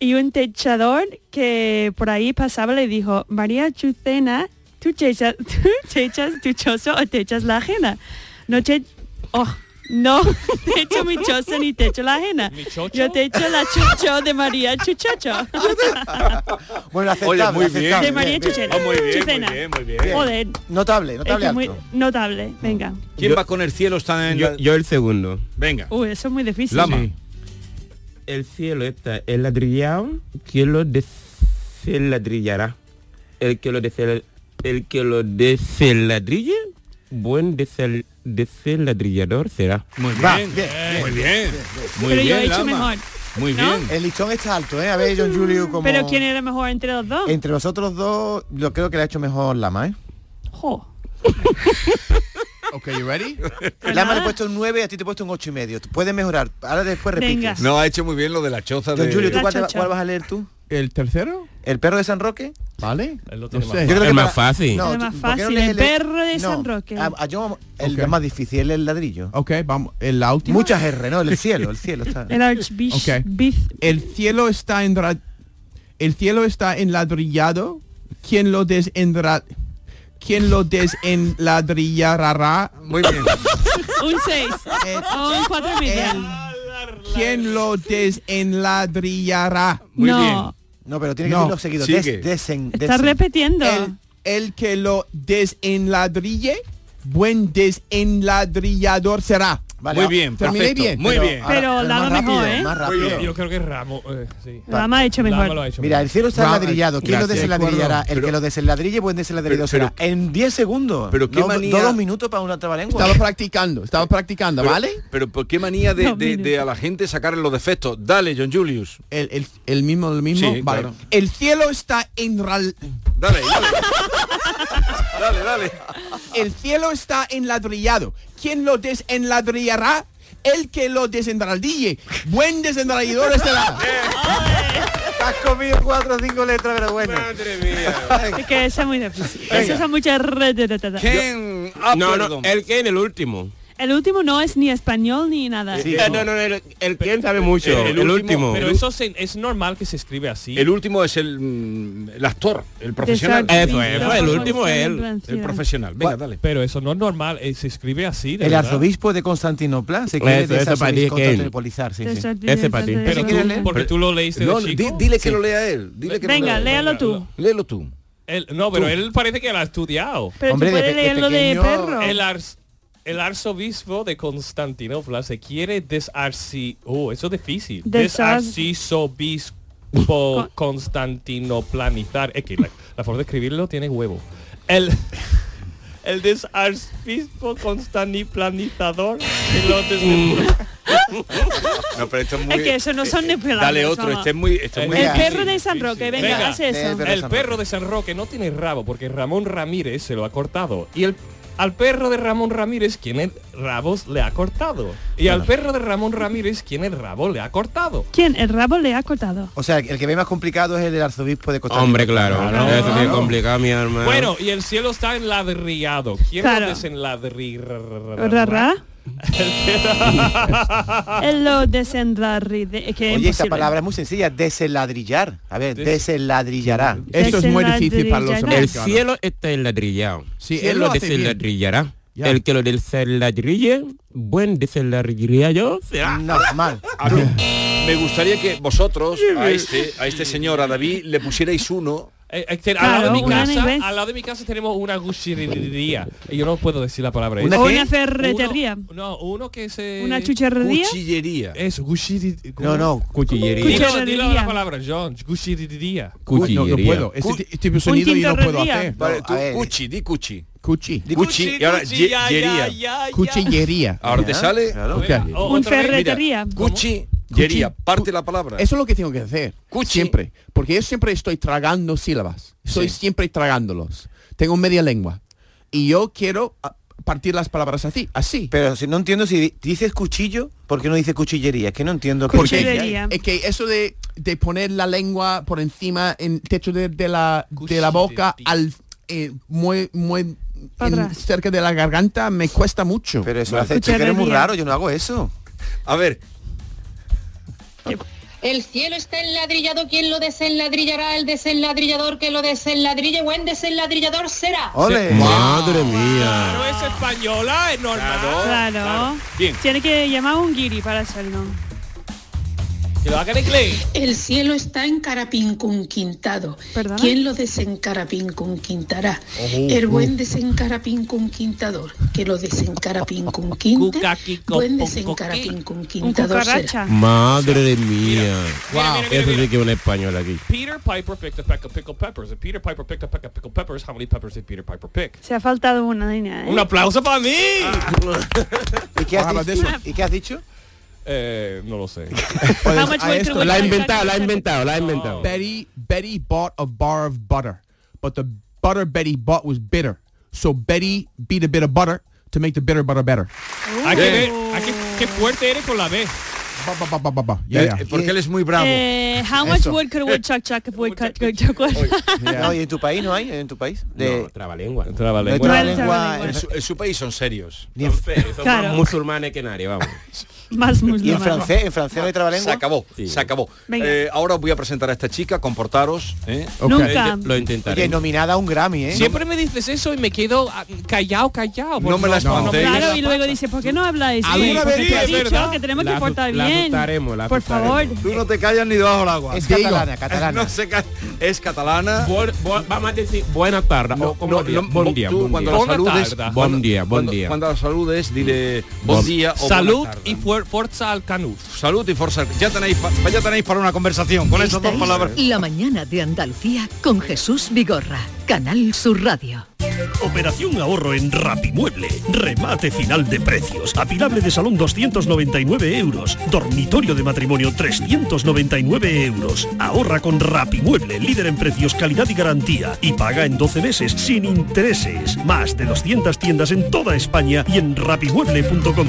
Y un techador que por ahí pasaba le dijo, María Chucena, tú techas, tú techas tu chozo o techas la ajena. No te... Oh, no, te echo mi choza ni te echo la ajena. Yo te echo la chucho de María Chuchocho.
Bueno, aceptable,
Oye, muy bien.
aceptable,
de María Chuchena.
Ah, muy bien, muy
Chucena.
bien, muy bien. Mm.
Joder,
Notable,
es que
notable
es muy
alto.
notable. Venga.
¿Quién va con el cielo? Está en
Yo,
la-
yo el segundo.
Venga.
Uy, eso es muy difícil.
Lama.
El cielo está el ladrillado. ¿Quién lo desladrillará? El que lo desel, el que lo desladrille, buen desel, desladrillador será.
Muy bien.
Va, bien, bien.
Muy bien. Muy
Pero yo
bien,
he hecho
Lama.
mejor.
Muy
¿no?
bien.
El listón está alto, ¿eh? A ver, John Julio, como...
Pero ¿quién era mejor entre los dos?
Entre los otros dos, lo creo que le ha hecho mejor Lama, ¿eh?
Jo.
Ok, you ready?
Lama le he puesto un 9 y a ti te he puesto un 8 y medio. Tú Puedes mejorar. Ahora después
Venga.
repites.
No, ha hecho muy bien lo de la choza
John
de...
Julio, ¿tú
La
cuál, te va-
chocha.
cuál vas a leer tú?
¿El tercero?
¿El perro de San Roque?
Vale.
Él lo
No
tiene más
sé.
creo que más
para-
fácil.
El
tú-
más
¿por qué
fácil,
lees ah,
el perro de San Roque.
A, a John, el
Ok.
más difícil, el ladrillo.
Ok, vamos. ¿El la última?
Muchas R, ¿no? El cielo, el cielo está.
El archbishop.
Ok. El cielo está en ra- el cielo está enladrillado. ¿Quién lo desendra ¿Quién lo desenladrillará?
Muy bien.
Un 6.
Eh,
O un 4 y
el-
medio.
Eh, ¿Quién lo desenladrillará?
Muy
No,
No, pero tiene que
No,
decirlo seguido. Des,
sigue.
desen,
está
desen.
repitiendo.
El, el que lo desenladrille, buen desenladrillador será.
Vale,
Muy
ah,
bien,
Terminé
perfecto.
bien,
Muy
pero
bien.
ahora-
Pero Lama
más rápido,
mejor, ¿eh?
Más
Yo,
rápido.
yo creo que Ramos. eh, sí.
Lama ha hecho
Lama lo
mejor.
ha hecho
Mira, el
mejor.
cielo está
Ra-
enladrillado. ¿Quién
Gracias,
lo desenladrillará?
de
El que lo desenladrille, buen desenladrillador
pero-
será. En 10 segundos.
pero qué
no,
manía-
no dos minutos para una trabalengua.
Estaba practicando, estaba practicando,
Pero-
¿vale?
Pero, ¿por qué manía de,
No,
de- de
mire.
a la gente sacarle los defectos? Dale, John Julius.
El, el- el mismo, el mismo.
Sí,
vale.
claro.
El cielo está enral-
Dale, dale. dale, dale.
El cielo está enladrillado. ¿Quién lo desenladrillará? El que lo desenradille. Buen este desenradillador será.
Has comido cuatro o cinco letras, pero bueno.
Es que eso es muy difícil. Eso son muchas redes. de- de- de-
Ken, ah,
No, no,
perdón.
el que en el último.
El último no es ni español ni nada.
Eh, no, no, no, el, el Ken sabe mucho.
Ah, el-
El,
el último,
último.
Pero eso se- es normal que se escribe así.
El último es el, mm, el actor, el profesional.
Desarchivado.
Eso es, fue el último es él.
El profesional. Venga, dale.
pero eso no es normal, eh, se escribe así. de
El
verdad.
arzobispo de Constantinopla se quiere
Eso, eso para ti es que-
desconstantinopolizar. Sí, sí.
Ese para ti.
Pero tú,
quieres leer?
porque tú lo leíste
No,
de
di-
chico.
dile que lo lea él. Dile que lo
Venga,
lea él.
léalo tú.
Léelo tú.
Él- no, pero él parece que lo ha estudiado.
Pero
Hombre,
tú
de
puedes
pe- de
leerlo de
pequeño-
perro.
El, ars- el arzobispo de Constantinopla se quiere desarci... Oh, eso es difícil.
Desar-
Desarcisobispo constantinoplanizar. Es que la, la forma de escribirlo tiene huevo. El,
el desarcibispo constantiplanizador de los desventura-
No, pero esto es muy...
Es que eso no son nepelados.
Dale otro, este es muy... Este es muy
El
difícil.
perro de San Roque, venga, haz eso.
El perro de San Roque no tiene rabo porque Ramón Ramírez se lo ha cortado. Y el, al perro de Ramón Ramírez, quien el rabos le ha cortado. Y al perro de Ramón Ramírez, quien el rabo le ha cortado.
¿Quién? El rabo le ha cortado.
O sea, el que ve más complicado es el del arzobispo de Constantinopla.
Hombre, claro. Eso sí es complicado, mi hermano.
Bueno, y el cielo está enladriado. ¿Quién
Claro.
lo desenladrirá?
Rarra. El lo desenlarride. Que
Oye, esta
imposible.
palabra es muy sencilla, desenladrillar. A ver, desenladrillará.
Eso es muy difícil para los
hombres.
El cielo está enladrillado.
Sí,
Quien
él lo
lo
hace bien.
desenladrillará.
Ya.
El que lo desenladrille, buen desenladrillo será.
Normal.
A mí me gustaría que vosotros a este, a este señor, a David, le pusierais uno.
al, lado de mi casa, al lado de mi casa tenemos una cuchillería. Y yo no puedo decir la palabra.
¿Una
esa.
qué? Una ferretería.
Uno- no, uno que se...
¿Una chucherrería?
Cuchillería.
Eso, cuchillería.
No, no,
cuchillería. Dilo, dilo
Cuchillería.
la palabra, John. Cuchillería.
No, no puedo. Ese ti- tipo de sonido yo no puedo hacer.
Vale, tú, cuchi, di cuchi.
Cuchi.
Cuchi, y ahora
cuchi,
ye-
ya,
yería.
ya, ya, ya. Cuchillería.
Ahora te
Ya,
sale
claro.
Mira,
Ok. O- otra vez. Ferretería.
Mira, Cuchi, yería, parte la palabra.
Eso es lo que tengo que hacer. Siempre. Porque yo siempre estoy tragando sílabas. Estoy siempre tragándolos. Tengo media lengua. Y yo quiero ah, partir las palabras así. Así.
Pero si no entiendo si dices cuchillo, ¿por qué no dices cuchillería? Es que no entiendo qué-
Porque es que eso de, de poner la lengua por encima en techo de, de la, de la boca al eh, muy, muy en- cerca de la garganta me cuesta mucho.
Pero eso lo haces tú, que eres muy raro, yo no hago eso.
A ver.
El cielo está enladrillado, ¿quién lo desenladrillará? El desenladrillador que lo desenladrille, buen desenladrillador será.
Sí. Madre mía.
es española, es normal.
Claro. Tiene que llamar a un guiri para hacerlo.
Que lo haga en inglés.
El cielo está encarapincunquintado.
¿Perdón?
¿Quién lo desencarapincunquintará?
Ojo.
El buen desencarapincunquintador, que lo desencarapincunquinta, buen desencarapincunquintador será.
Madre mía.
Mira, mira, mira,
Eso sí
mira.
que es un español aquí.
Peter Piper picked a peck of pickled peppers. If Peter Piper picked a peck of pickled peppers, how many peppers did Peter Piper pick?
Se ha faltado una línea. ¿eh?
¡Un aplauso para mí!
¿Y qué has dicho? ¿Y qué has dicho?
Eh, no lo sé.
Pues,
much
a
went
esto- Oh.
through La ha it? inventado, la ha inventado, la ha inventado.
Betty, Betty bought a bar of butter, but the butter Betty bought was bitter. So Betty beat a bit of butter to make the bitter butter better.
Hay que ver, hay que, qué fuerte eres con la B.
Ba, ba, ba, ba, ba, ba. Yeah, yeah.
Eh, Porque él es muy bravo.
Eh, how much
Eso.
wood could a woodchuck chuck if woodchuck could chuck wood?
No, ¿y en tu país no hay? ¿En tu país? De...
No, trabalengua.
Trabalengua. No hay trabalengua.
En, su, en su país son serios.
Ni en-
Somos
Claro.
musulmanes que nadie, vamos.
Más
Y en
musulmán.
francés, en francés no hay trabalengua.
Se acabó, se acabó.
Venga.
Eh, ahora os voy a presentar a esta chica, comportaros. ¿eh?
Ok. Nunca.
Lo intentaré.
Oye, nominada a un Grammy, ¿eh?
Siempre me dices eso y me quedo ah, callado, callado.
No me las contéis.
Claro, y luego dice, ¿por qué no habláis?
Alguna
bien?
vez
Porque
sí,
te he
es
dicho
verdad.
que tenemos
La
que
azu-
portar
la
bien.
azutaremos, la
Por favor.
azutaremos.
Tú no te callas ni debajo del agua.
¿eh? Es
Digo.
catalana, catalana.
No se ca- es catalana.
Buen- buen- vamos a decir buenas tardes. o como día,
no,
buen
bo-
día.
tú
buen
cuando
día.
la saludes,
Buen día, buen
cuando-
día.
Cuando la saludes, dile buen
Bon-
día o
Salud
buena tarde.
y fuer- fuerza al canut.
Salud y fuerza. Ya tenéis, pa- ya tenéis para una conversación con esas dos
Esta es
palabras.
La mañana de Andalucía con Jesús Vigorra, Canal Sur Radio.
Operación ahorro en Rapimueble. Remate final de precios. Apilable de salón 299 euros. Dormitorio de matrimonio 399 euros. Ahorra con Rapimueble, líder en precios, calidad y garantía. Y paga en 12 meses sin intereses. Más de 200 tiendas en toda España y en rapimueble.com.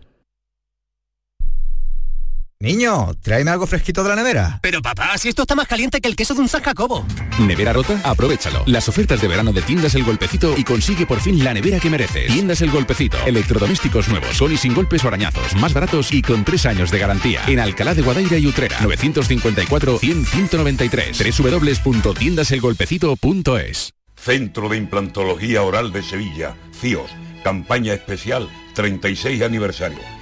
Niño, tráeme algo fresquito de la nevera.
Pero papá, si esto está más caliente que el queso de un San Jacobo.
¿Nevera rota? Aprovechalo. Las ofertas de verano de Tiendas El Golpecito y consigue por fin la nevera que mereces. Tiendas El Golpecito. Electrodomésticos nuevos, con y sin golpes o arañazos, más baratos y con tres años de garantía. En Alcalá de Guadaira y Utrera. 954-100-193. www.tiendaselgolpecito.es
Centro de Implantología Oral de Sevilla, CIOS, campaña especial 36 aniversario.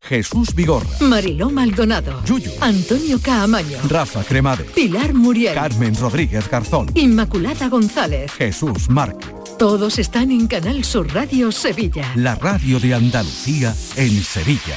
Jesús Vigorra,
Mariló Maldonado. Antonio Caamaño.
Rafa Cremades,
Pilar Muriel.
Carmen Rodríguez Garzón,
Inmaculada González.
Jesús Márquez,
Todos están en Canal Sur Radio Sevilla.
la radio de Andalucía en Sevilla.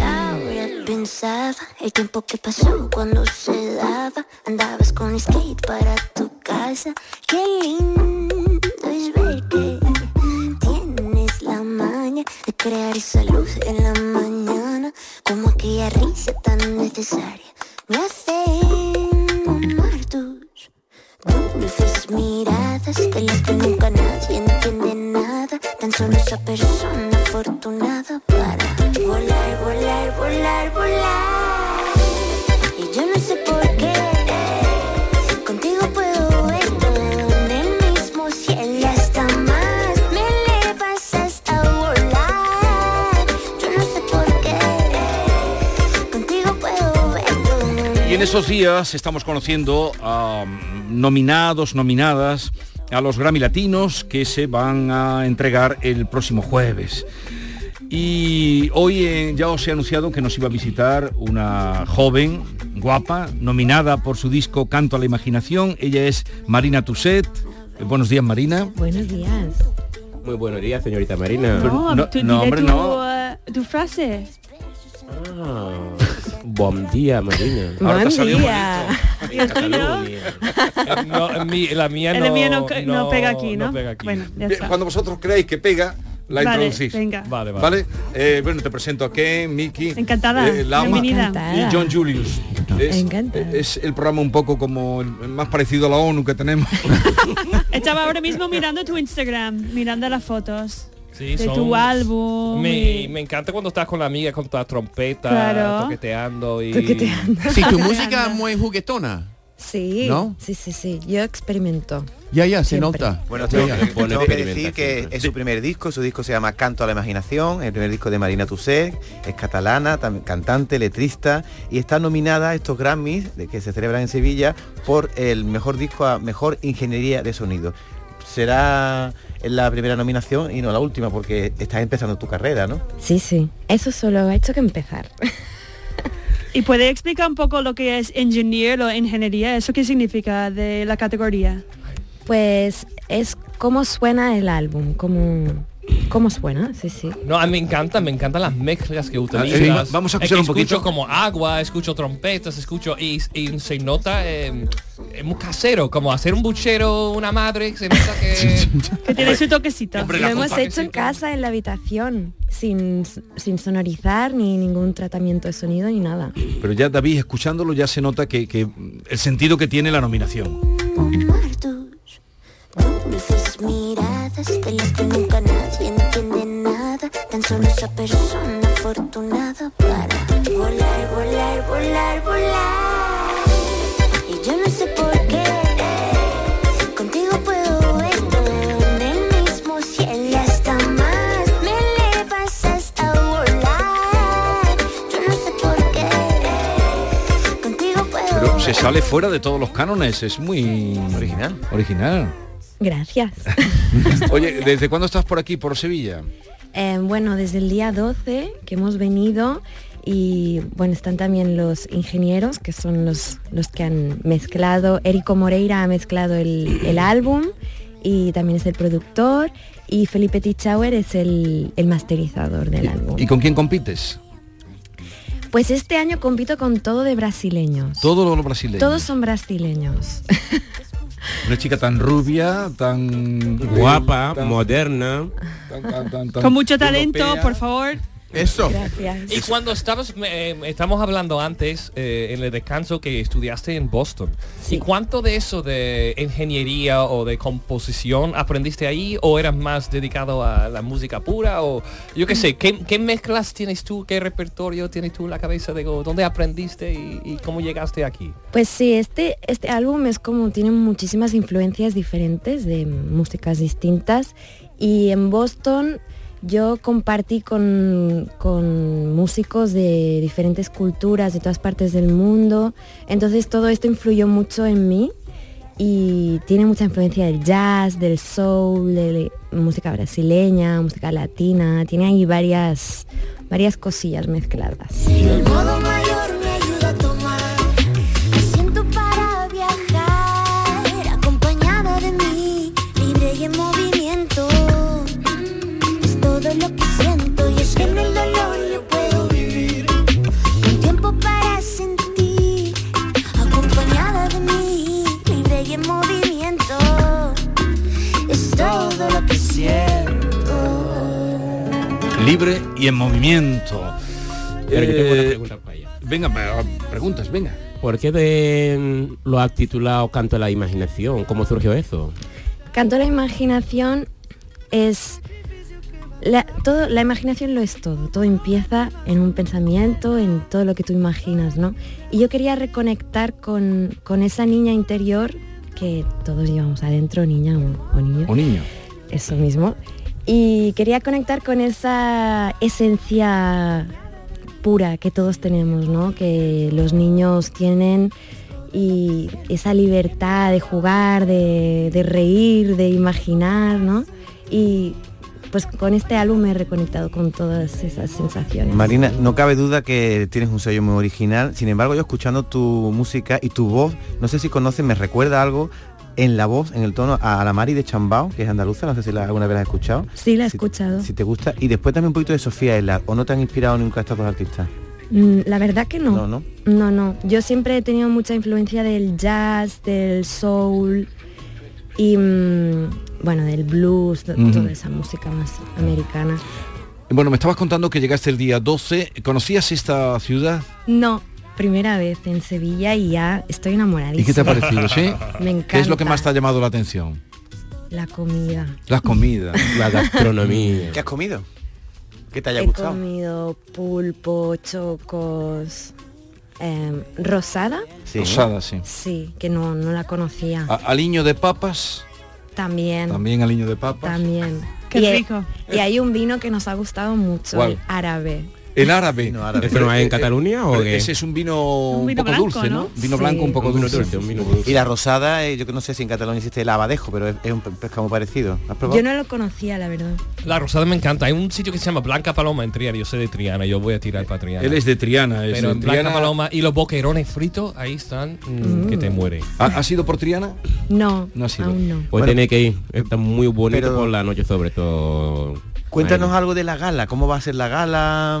Ahora pensaba el tiempo que pasó cuando se daba. Andabas con skate para tu casa. Qué lindo es ver que tienes la maña de crear esa luz en la mañana. Como aquella risa tan necesaria. Me hace amar tus dulces miradas de las que nunca nadie entiende nada. Tan solo esa persona afortunada para volar, volar, volar, volar. Y yo no sé por qué. Contigo puedo ver todo en el mismo cielo y hasta más. Me elevas hasta volar. Yo no sé por qué. Contigo puedo ver todo.
Y en esos días estamos conociendo a mm, nominados, nominadas a los Grammy Latinos que se van a entregar el próximo jueves. Y hoy eh, ya os he anunciado que nos iba a visitar una joven, guapa, nominada por su disco Canto a la Imaginación. Ella es Marina Tuset. Eh, Buenos días, Marina.
Buenos días.
Muy buenos días, señorita Marina.
No,
No,
tú
no,
dile
hombre,
tu,
no.
eh, tu frase.
Buen día, Marina.
Ahora te ha salido
Ah,
No,
mi- la mía
El
no,
mío no, no pega aquí, ¿no?
pega aquí.
Bueno, ya
Bien,
está.
Cuando vosotros creáis que pega, la
Vale,
introducís.
venga.
Vale,
Vale,
vale.
vale.
Eh, bueno, te presento a Ken, Miki,
Encantada,
eh, Lama
bienvenida.
y John Julius. Es, es el programa un poco como el más parecido a la ONU que tenemos.
Estaba ahora mismo mirando tu Instagram, mirando las fotos.
Sí,
de
son-
tu álbum.
Me,
y-
me encanta cuando estás con la amiga con tu trompeta,
Claro.
toqueteando y...
Toqueteando.
Sí, tu música es muy juguetona.
Sí,
¿No?
sí, sí, sí. Yo experimento.
Ya, ya, se nota.
Bueno,
Ya,
tengo,
ya.
tengo que decir que es su primer disco, su disco se llama Canto a la Imaginación, el primer disco de Marina Tusset, es catalana, tam- cantante, letrista, y está nominada a estos Grammys de que se celebran en Sevilla por el mejor disco a Mejor Ingeniería de Sonido. Será la primera nominación y no la última, porque estás empezando tu carrera, ¿no?
Sí, sí. Eso solo ha hecho que empezar.
¿Y puede explicar un poco lo que es engineer o ingeniería? ¿Eso qué significa de la categoría?
Pues es cómo suena el álbum, cómo, cómo suena, sí, sí.
No, a mí me encanta, me encantan las mezclas que utilizas.
Ah, sí, va- vamos a
Es que
escuchar un poquito.
Escucho como agua, escucho trompetas, escucho y, y se nota eh, es muy casero, como hacer un buchero, una madre, se nota que
que tiene su toquecito.
Lo hemos hecho en casa, en la habitación, sin, sin sonorizar ni ningún tratamiento de sonido ni nada.
Pero ya David, escuchándolo, ya se nota que, que el sentido que tiene la nominación.
Luces miradas de las que nunca nadie entiende nada. Tan solo esa persona afortunada para volar, volar, volar, volar. Y yo no sé por qué. Contigo puedo ver todo en el mismo cielo y hasta más. Me elevas hasta volar. Yo no sé por qué. Contigo puedo
Pero se sale fuera de todos los cánones, es muy original. Original.
Gracias.
Oye, ¿desde cuándo estás por aquí, por Sevilla?
Eh, bueno, desde el día 12 que hemos venido y bueno, están también los ingenieros que son los, los que han mezclado, Érico Moreira ha mezclado el, el álbum y también es el productor y Felipe Tichauer es el, el masterizador del álbum.
¿Y con quién compites?
Pues este año compito con todo de brasileños.
Todos los brasileños.
Todos son brasileños.
Una chica tan rubia, tan
Guapa, moderna.
Con mucho talento, por favor.
Eso.
Gracias.
Y cuando estabas, eh, estamos hablando antes eh, en el descanso que estudiaste en Boston. ¿Y cuánto de eso de ingeniería o de composición aprendiste ahí o eras más dedicado a la música pura o yo qué sé, ¿qué, qué mezclas tienes tú, qué repertorio tienes tú en la cabeza de go- dónde aprendiste y, y cómo llegaste aquí?
Pues sí, este, este álbum es como tiene muchísimas influencias diferentes de músicas distintas y en Boston yo compartí con, con músicos de diferentes culturas, de todas partes del mundo, entonces todo esto influyó mucho en mí y tiene mucha influencia del jazz, del soul, de la música brasileña, música latina, tiene ahí varias, varias cosillas mezcladas.
El modo mayor me ayuda a tomar. Me siento para viajar, acompañada de mí, libre y en movimiento. Es todo lo que siento y es que en el dolor yo puedo vivir. Un tiempo para sentir, acompañada de mí, libre y en movimiento. Es todo lo que siento.
Libre y en movimiento.
Pero yo tengo una
pregunta para ella. Venga, pa- preguntas, venga.
¿Por qué de- mm, lo has titulado Canto a la Imaginación? ¿Cómo surgió eso?
Canto a la imaginación es... La, todo, la imaginación lo es todo, todo empieza en un pensamiento, en todo lo que tú imaginas, ¿no? Y yo quería reconectar con, con esa niña interior que todos llevamos adentro, niña o, o niño.
O niño.
Eso mismo. Y quería conectar con esa esencia pura que todos tenemos, ¿no? Que los niños tienen y esa libertad de jugar, de, de reír, de imaginar, ¿no? Y pues con este álbum me he reconectado con todas esas sensaciones.
Marina, no cabe duda que tienes un sello muy original. Sin embargo, yo escuchando tu música y tu voz, no sé si conoces, me recuerda algo en la voz, en el tono, a la Mari de Chambao, que es andaluza, no sé si la, alguna vez la has escuchado,
Sí, la he escuchado.
si te gusta. Y después también un poquito de Sofía Elar, ¿o no te han inspirado nunca estos dos artistas?
Mm, La verdad que no.
No, no.
No, no. Yo siempre he tenido mucha influencia del jazz, del soul y mm, bueno, del blues, to-
Ujú.
toda esa música más americana.
Bueno, me estabas contando que llegaste el día 12. ¿Conocías esta ciudad?
No, primera vez en Sevilla y ya estoy enamoradísima.
¿Y qué te ha parecido? ¿Sí?
Me encanta.
¿Qué es lo que más te ha llamado la atención?
La comida.
Las comidas.
La gastronomía.
¿Qué has comido? ¿Qué te haya
He
gustado?
comido pulpo, chocos, em, rosada.
Sí. Rosada, sí.
Sí, que no, no la conocía.
A- aliño de papas,
También.
también aliño de papas.
También.
Qué
y,
rico.
Y hay un vino que nos ha gustado mucho,
¿Cuál?
el árabe.
El árabe.
¿Pero no hay en Cataluña o
pero
qué?
Ese es un vino un,
vino
poco
blanco,
dulce, ¿no?
¿no?
Vino blanco un poco
Un vino
dulce.
dulce, un vino dulce.
Y la rosada, eh, yo que no sé si en Cataluña existe el abadejo, pero es, es un pe- pescado muy parecido. ¿Has probado?
Yo no lo conocía, la verdad.
La rosada me encanta. Hay un sitio que se llama Blanca Paloma en Triana. Yo soy de Triana, yo voy a tirar para Triana.
Él es de Triana, es
Pero
de
en Blanca
Triana.
Paloma y los boquerones fritos, ahí están, mm, que te muere.
eh,
¿Ha,
ah,
ha sido por Triana?
No,
No ha sido.
aún no.
Pues tiene que ir. Está muy bonito
pero-
por la noche sobre todo.
Cuéntanos
Maeli.
algo de la gala, cómo va a ser la gala,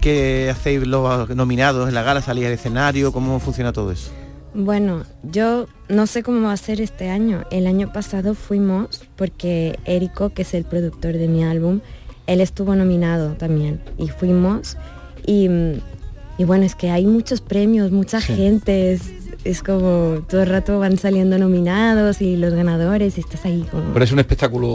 qué hacéis los nominados en la gala, salís al escenario, cómo funciona todo eso.
Bueno, yo no sé cómo va a ser este año. El año pasado fuimos porque Érico, que es el productor de mi álbum, él estuvo nominado también y fuimos y, mm, y bueno, es que hay muchos premios, mucha gente, es, es como todo el rato van saliendo nominados y los ganadores y estás ahí como...
Pero es un espectáculo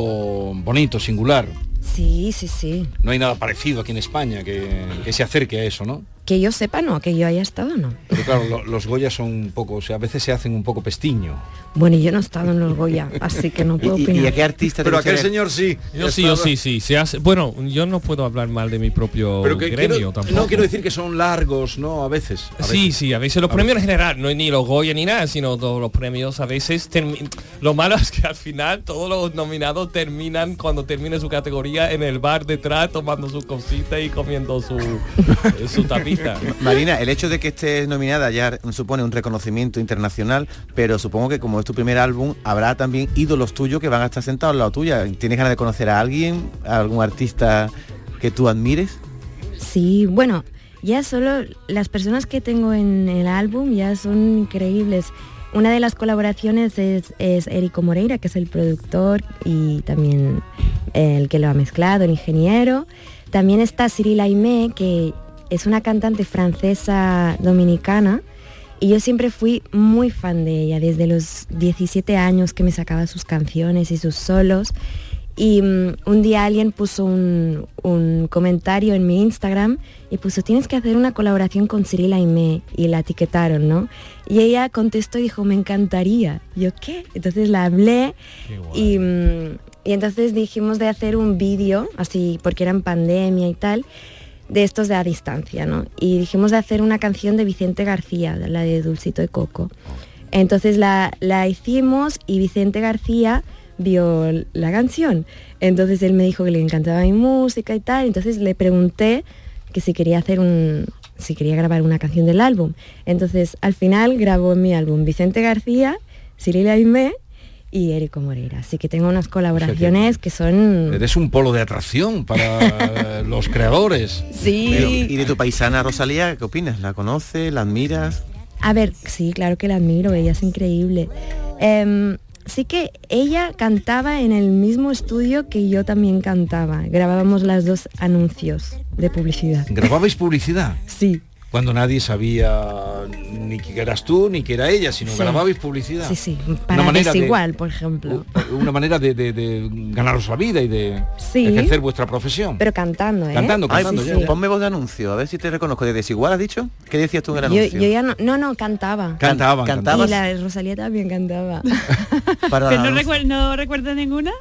bonito, singular.
Sí, sí, sí.
No hay nada parecido aquí en España que, que se acerque a eso, ¿no?
Que yo sepa, no, que yo haya estado, no.
Pero claro, lo- los Goya son un poco, o sea, a veces se hacen un poco pestiño.
Bueno, y yo no he estado en los Goya, así que no puedo opinar.
artista
te
Pero
gustaría-
aquel señor sí.
Yo sí, yo sí, sí. Se hace, bueno, yo no puedo hablar mal de mi propio
Pero que
gremio
quiero-
tampoco.
no quiero decir que son largos, ¿no? A veces. a
Sí,
veces.
sí, a veces los
A
premios en
veces.
general, no es ni los Goya ni nada, sino todos los premios a veces termi- lo malo es que al final todos los nominados terminan cuando termine su categoría en el bar detrás tomando su cosita y comiendo su, eh, su tapita.
Marina, el hecho de que estés nominada ya supone un reconocimiento internacional, pero supongo que como es tu primer álbum, habrá también ídolos tuyos que van a estar sentados al lado tuya. ¿Tienes ganas de conocer a alguien, a algún artista que tú admires?
Sí, bueno, ya solo las personas que tengo en el álbum ya son increíbles. Una de las colaboraciones es, es Érico Moreira, que es el productor y también el que lo ha mezclado, el ingeniero. También está Cyril Aimé, que es una cantante francesa dominicana. Y yo siempre fui muy fan de ella, desde los 17 años que me sacaba sus canciones y sus solos. Y mm, un día alguien puso un, un comentario en mi Instagram y puso, tienes que hacer una colaboración con Cirila y me, y la etiquetaron, ¿no? Y ella contestó y dijo, me encantaría. Y yo, ¿qué? Entonces la hablé y, mm, y entonces dijimos de hacer un vídeo, así, porque era en pandemia y tal, de estos de a distancia, ¿no? Y dijimos de hacer una canción de Vicente García, de la de Dulcito de Coco. Entonces la, la hicimos y Vicente García vio la canción. Entonces él me dijo que le encantaba mi música y tal. Entonces le pregunté que si quería hacer un si quería grabar una canción del álbum. Entonces al final grabó mi álbum Vicente García, Cirila Aimé y Érico Moreira. Así que tengo unas colaboraciones que son
Eres un polo de atracción para los creadores.
Sí.
Pero, ¿Y de tu paisana Rosalía, qué opinas? ¿La conoces? ¿La admiras?
A ver, sí, claro que la admiro, ella es increíble. Em, sí que ella cantaba en el mismo estudio que yo también cantaba. Grabábamos las dos anuncios de publicidad.
¿Grababais publicidad?
Sí.
Cuando nadie sabía ni que eras tú ni que era ella, sino
Sí.
grababais publicidad.
Sí, sí, para
manera de- Uh.
desigual, por ejemplo.
Una manera de, de- de ganaros la vida y de
Sí.
ejercer vuestra profesión.
Pero cantando, ¿eh?
Cantando, cantando,
Sí,
ya,
sí.
ya.
Ponme voz de anuncio, a ver si te reconozco. ¿De desigual has dicho? ¿Qué decías tú en el
Yo,
anuncio?
yo ya no, no, no, cantaba.
Cantaban, cantaban.
Y la Rosalía también cantaba.
Para
Que no, recuer- no recuerda ninguna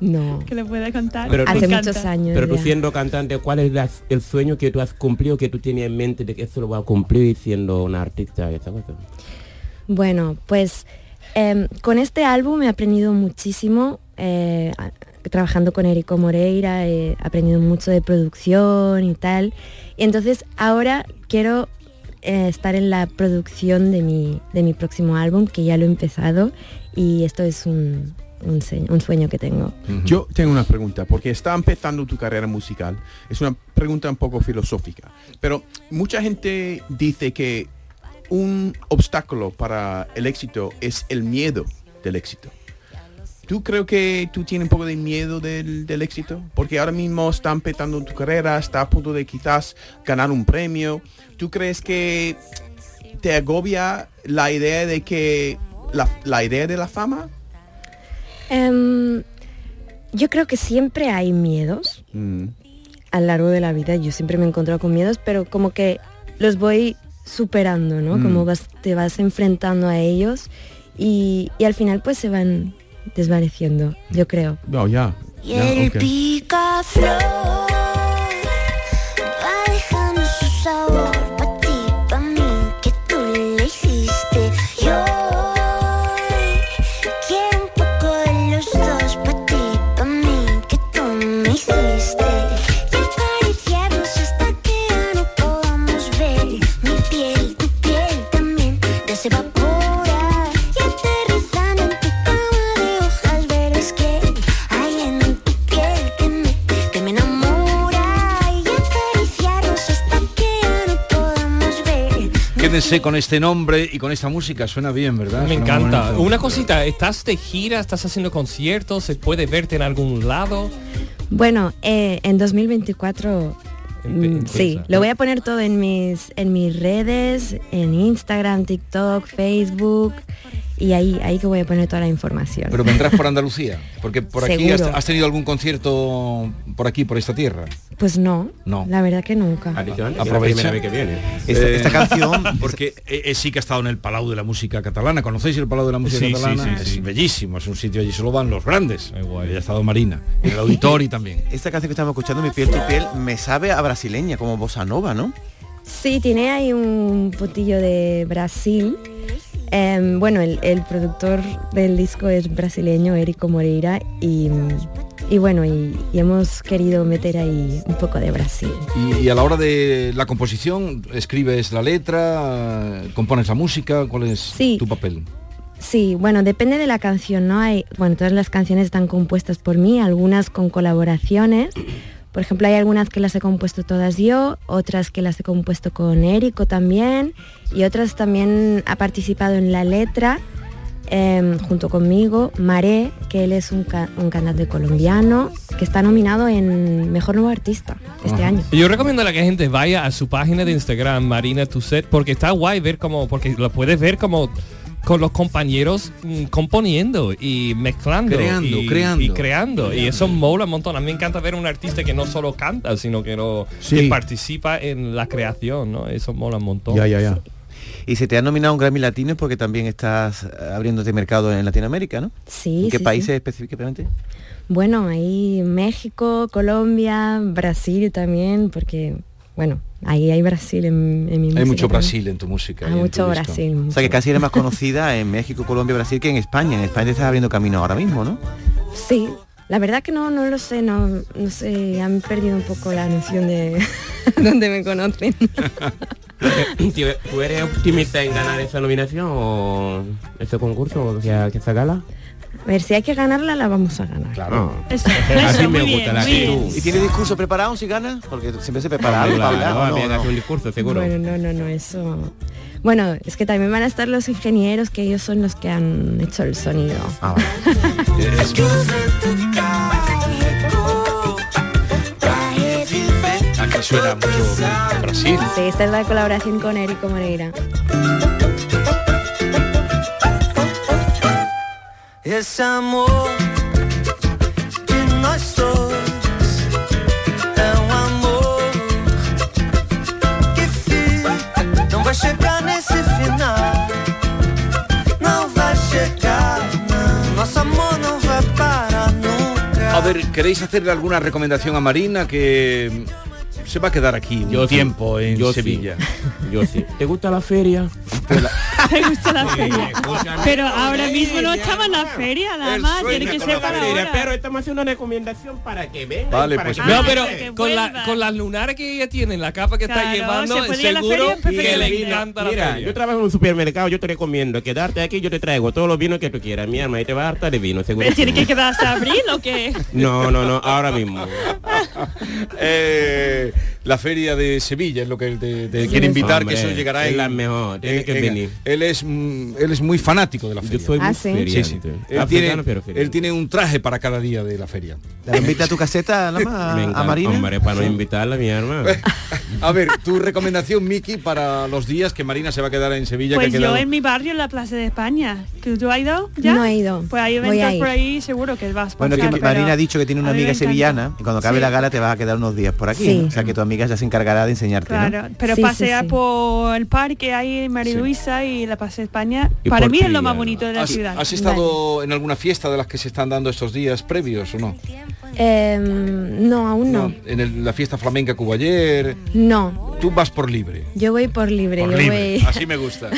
No.
que le pueda contar.
Pero
Me
Hace
encanta.
Pero tú siendo cantante, ¿cuál es la- el sueño que tú has cumplido, que tú tienes en mente de que eso lo voy a cumplir siendo una artista? y esa cosa?
Bueno, pues em, con este álbum he aprendido muchísimo. eh, a- trabajando con Érico Moreira he aprendido mucho de producción y tal. Y entonces ahora quiero eh, estar en la producción de mi, de mi próximo álbum, que ya lo he empezado. Y esto es un, un se- un sueño que tengo.
Yo tengo una pregunta, porque está empezando tu carrera musical. Es una pregunta un poco filosófica, pero mucha gente dice que un obstáculo para el éxito es el miedo del éxito. ¿Tú creo que tú tienes un poco de miedo del, del éxito? Porque ahora mismo está empezando tu carrera, está a punto de quizás ganar un premio. ¿Tú crees que te agobia la idea de que la, la idea de la fama?
Em, yo creo que siempre hay miedos a lo largo de la vida. Yo siempre me he encontrado con miedos, pero como que los voy superando, ¿no?
Mm.
Como vas, te vas enfrentando a ellos y, y al final pues se van desvaneciendo, yo creo.
No, ya.
Y el
Ah, ok.
picaflor va dejando su sabor pa' ti, pa' mí, que tú le hiciste. Yo quiero un poco de los dos pa' ti, pa' mí, que tú me hiciste. Y el parecieron hasta que ya no podamos ver mi piel, tu piel también ya se evapora y aterrizan en tu cama de hojas verdes que hay en tu piel que me, que me enamora y acariciarnos hasta que ya no podamos ver.
Quédense con este nombre y con esta música. Suena bien, ¿verdad?
Me
Suena
encanta.
bonito.
Una cosita, ¿estás de gira? ¿Estás haciendo conciertos? ¿Se puede verte en algún lado?
Bueno, eh, en 2024
Empe-
mm, sí,
empieza.
lo voy a poner todo en mis en mis redes, en Instagram, TikTok, Facebook y ahí ahí que voy a poner toda la información.
Pero vendrás por Andalucía, porque por aquí has,
Seguro.
has tenido algún concierto por aquí, por esta tierra.
Pues no,
No.
la verdad que nunca.
Aprovecha.
vez que viene.
Esta-
Eh,
esta canción-
porque eh, eh, sí que ha estado en el Palau de la Música Catalana. ¿Conocéis el Palau de la Música
Sí, sí,
Catalana?
sí,
es
sí.
bellísimo, es un sitio allí solo van los grandes. Ahí ha estado Marina, en el auditorio también.
Esta canción que estamos escuchando, Mi piel, tu piel, me sabe a brasileña, como bossa nova, ¿no?
Sí, tiene ahí un potillo de Brasil. Em, bueno, el, el productor del disco es brasileño, Érico Moreira, y, y bueno, y, y hemos querido meter ahí un poco de Brasil.
Y, y a la hora de la composición, escribes la letra, compones la música, ¿cuál es
Sí.
tu papel?
Sí, bueno, depende de la canción, ¿no? Hay, bueno, todas las canciones están compuestas por mí, algunas con colaboraciones. Por ejemplo, hay algunas que las he compuesto todas yo, otras que las he compuesto con Érico también, y otras también ha participado en la letra em, junto conmigo, Maré, que él es un, ca- un cantante colombiano, que está nominado en Mejor Nuevo Artista este año.
Yo recomiendo a la que gente vaya a su página de Instagram, Marina Tuset, porque está guay ver como, porque lo puedes ver como con los compañeros mm, componiendo y mezclando
Creando,
y,
creando.
y creando y eso mola un montón a mí me encanta ver un artista que no solo canta sino que no que participa en la creación no eso mola un montón
Y se te ha nominado un Grammy Latino es porque también estás eh, abriéndote mercado en Latinoamérica, ¿no?
Sí,
¿En qué
sí,
países
sí.
específicamente?
Bueno, ahí México, Colombia, Brasil también, porque, bueno, ahí hay Brasil en, en mi música también.
en tu música.
Hay y en mucho tu disco. Brasil,
O sea que casi eres más conocida en México, Colombia, Brasil que en España. En España te estás abriendo camino ahora mismo, ¿no?
Sí, la verdad que no, no lo sé, no, no sé, han perdido un poco la noción de dónde me conocen.
Eh, Tío, ¿Tú eres optimista en ganar esa nominación o este concurso o que, que esa gala?
A ver, si hay que ganarla, la vamos a ganar.
Claro.
Así
me gusta la actitud.
¿Y tiene discurso preparado si ganas? Porque siempre se prepara algo para
Claro,
hablar, ¿o no?
había que
¿O no?
hacer un discurso, seguro.
Bueno, no, no, no, eso... Bueno, es que también van a estar los ingenieros, que ellos son los que han hecho el sonido.
Acá suena mucho Brasil.
Sí, esta es la colaboración con Érico Moreira.
Esse amor de nós dois é um amor que fica. Não vai chegar nesse final. Não vai chegar, não. Nosso amor não vai parar nunca.
A ver, ¿queréis hacerle alguna recomendación a Marina que mm, se va a quedar aquí un
Yo sí.
tiempo en
Yo sí.
Sevilla?
Yo sí. ¿Te gusta la feria?
Te gusta la feria. Pero ahora mismo no estaba en la feria, nada más, tiene que ser para ahora.
Pero estamos haciendo una recomendación para que venga.
Vale,
para
pues
que
no,
venga.
Ah,
pero con, la, con las lunares que ella tiene, la capa que está
Claro,
llevando,
se puede ir a la
pues,
seguro
feria
que le
perfectamente.
encanta la
Mira,
feria.
yo trabajo en un supermercado, yo te recomiendo quedarte aquí, yo te traigo todos los vinos que tú quieras, mi alma, y te va harta de vino, seguro.
Pero tiene que quedarse a abril o qué?
No, no, no, ahora mismo.
Eh, la feria de Sevilla es lo que te, te Eh, quiere invitar, que eso llegará
es
en
la mejor, tienes que
en-
venir.
Es él es mm, él es muy fanático de la feria.
soy muy Ah, sí.
Sí, sí.
feriante.
Él,
Africano,
tiene,
pero feriante.
él tiene un traje para cada día de la feria.
La invita a tu caseta, nada más,
Me
a,
encanta,
a Marina.
Hombre, para no invitarla, mi hermano.
A ver, tu recomendación, Miki, para los días que Marina se va a quedar en Sevilla.
Pues
que ha quedado-
yo en mi barrio, en la Plaza de España. ¿Tú, tú has ido ya?
No he ido.
Pues hay
Voy
eventos
a ir.
por ahí, seguro que vas a
Bueno, que
pasar, pero-
Marina ha dicho que tiene una
a mí me
amiga
encanta.
sevillana y cuando acabe la gala te vas a quedar unos días por aquí.
Sí.
O sea que tu amiga ya se encargará de enseñarte. ¿no?
Claro, pero
Sí, sí,
pasea
sí.
por el parque, hay María
Sí.
Luisa y la Plaza de España.
Y
Para
por
mí es lo
Triana.
más bonito de la
¿Has,
ciudad.
¿Has estado en alguna fiesta de las que se están dando estos días previos o no?
Em, no, aún no.
En el- la fiesta flamenca que hubo ayer.
No,
Tú vas por libre.
yo voy por libre. yo voy...
Así me gusta.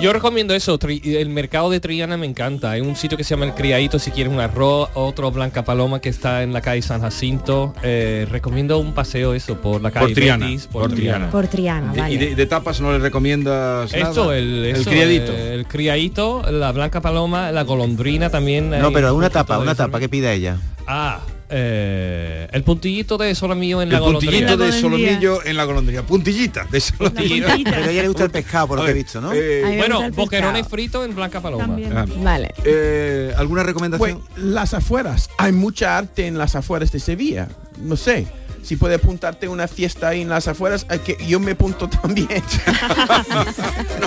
Yo recomiendo eso, Tri- el mercado de Triana me encanta. Hay un sitio que se llama El Criadito si quieres un arroz, otro Blanca Paloma que está en la calle San Jacinto. Eh, recomiendo un paseo eso por la calle
Por Triana,
Betis,
por Triana.
Por Triana,
Y-
Ah,
vale.
¿Y de, de tapas no le recomiendas nada?
Esto, el, eso,
criadito.
eh, el criadito, la blanca paloma, la golondrina también.
No,
hay
pero
un
una
poquito
tapa,
de
una
eso.
tapa que pida ella.
Ah, eh, el puntillito de solo mío en la
el
golondrina.
puntillito de solomillo en la golondrina. Puntillita de solomillo.
Pero a ella le gusta el pescado, por lo que he visto, ¿no?
Eh,
bueno, boquerones fritos en blanca paloma.
Ah.
Vale.
Eh, ¿Alguna recomendación?
Pues, las afueras. Hay mucha arte en las afueras de Sevilla. No sé. Si puede apuntarte una fiesta ahí en las afueras, hay que yo me apunto también.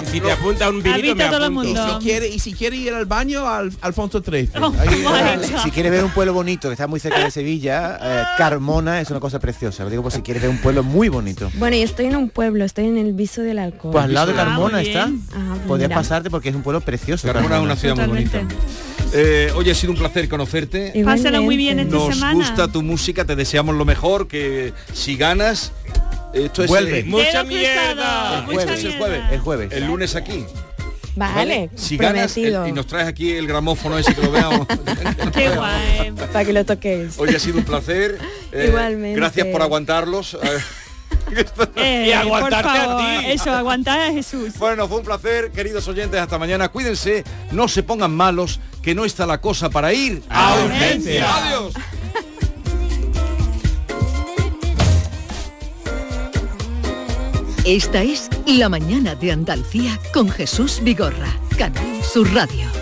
si te apunta un vinito, me apunto. Oh.
Y si quiere, y si quiere ir al baño, al, Alfonso XIII.
Si quieres ver un pueblo bonito que está muy cerca de Sevilla, eh, Carmona es una cosa preciosa. Lo digo por si quieres ver un pueblo muy bonito.
Bueno, yo estoy en un pueblo, estoy en el viso del alcohol.
Pues al lado de
Ah,
Carmona está.
Ajá, pues
Podrías
mira.
pasarte porque es un pueblo precioso.
Carmona es una ciudad muy bonita. Eh, oye, ha sido un placer conocerte.
Pásalo muy bien esta
Nos
semana.
gusta tu música, te deseamos lo mejor, que si ganas, esto es
Vuelve.
el-
Mucha
Dedo
mierda,
cruzado,
mucha
esto es el jueves.
El jueves.
El lunes aquí.
Vale,
Si ganas
prometido.
el- y nos traes aquí el gramófono ese que lo veamos.
Qué guay. Para que lo toquéis.
Pues.
Hoy ha sido un placer. Eh,
Igualmente.
Gracias por aguantarlos.
Eh, por favor, Eso, aguantar a Jesús.
Bueno, fue un placer, queridos oyentes, hasta mañana. Cuídense, no se pongan malos, que no está la cosa para ir a
urgencia.
Adiós.
Esta es La Mañana de Andalucía con Jesús Vigorra, Canal Sur Radio.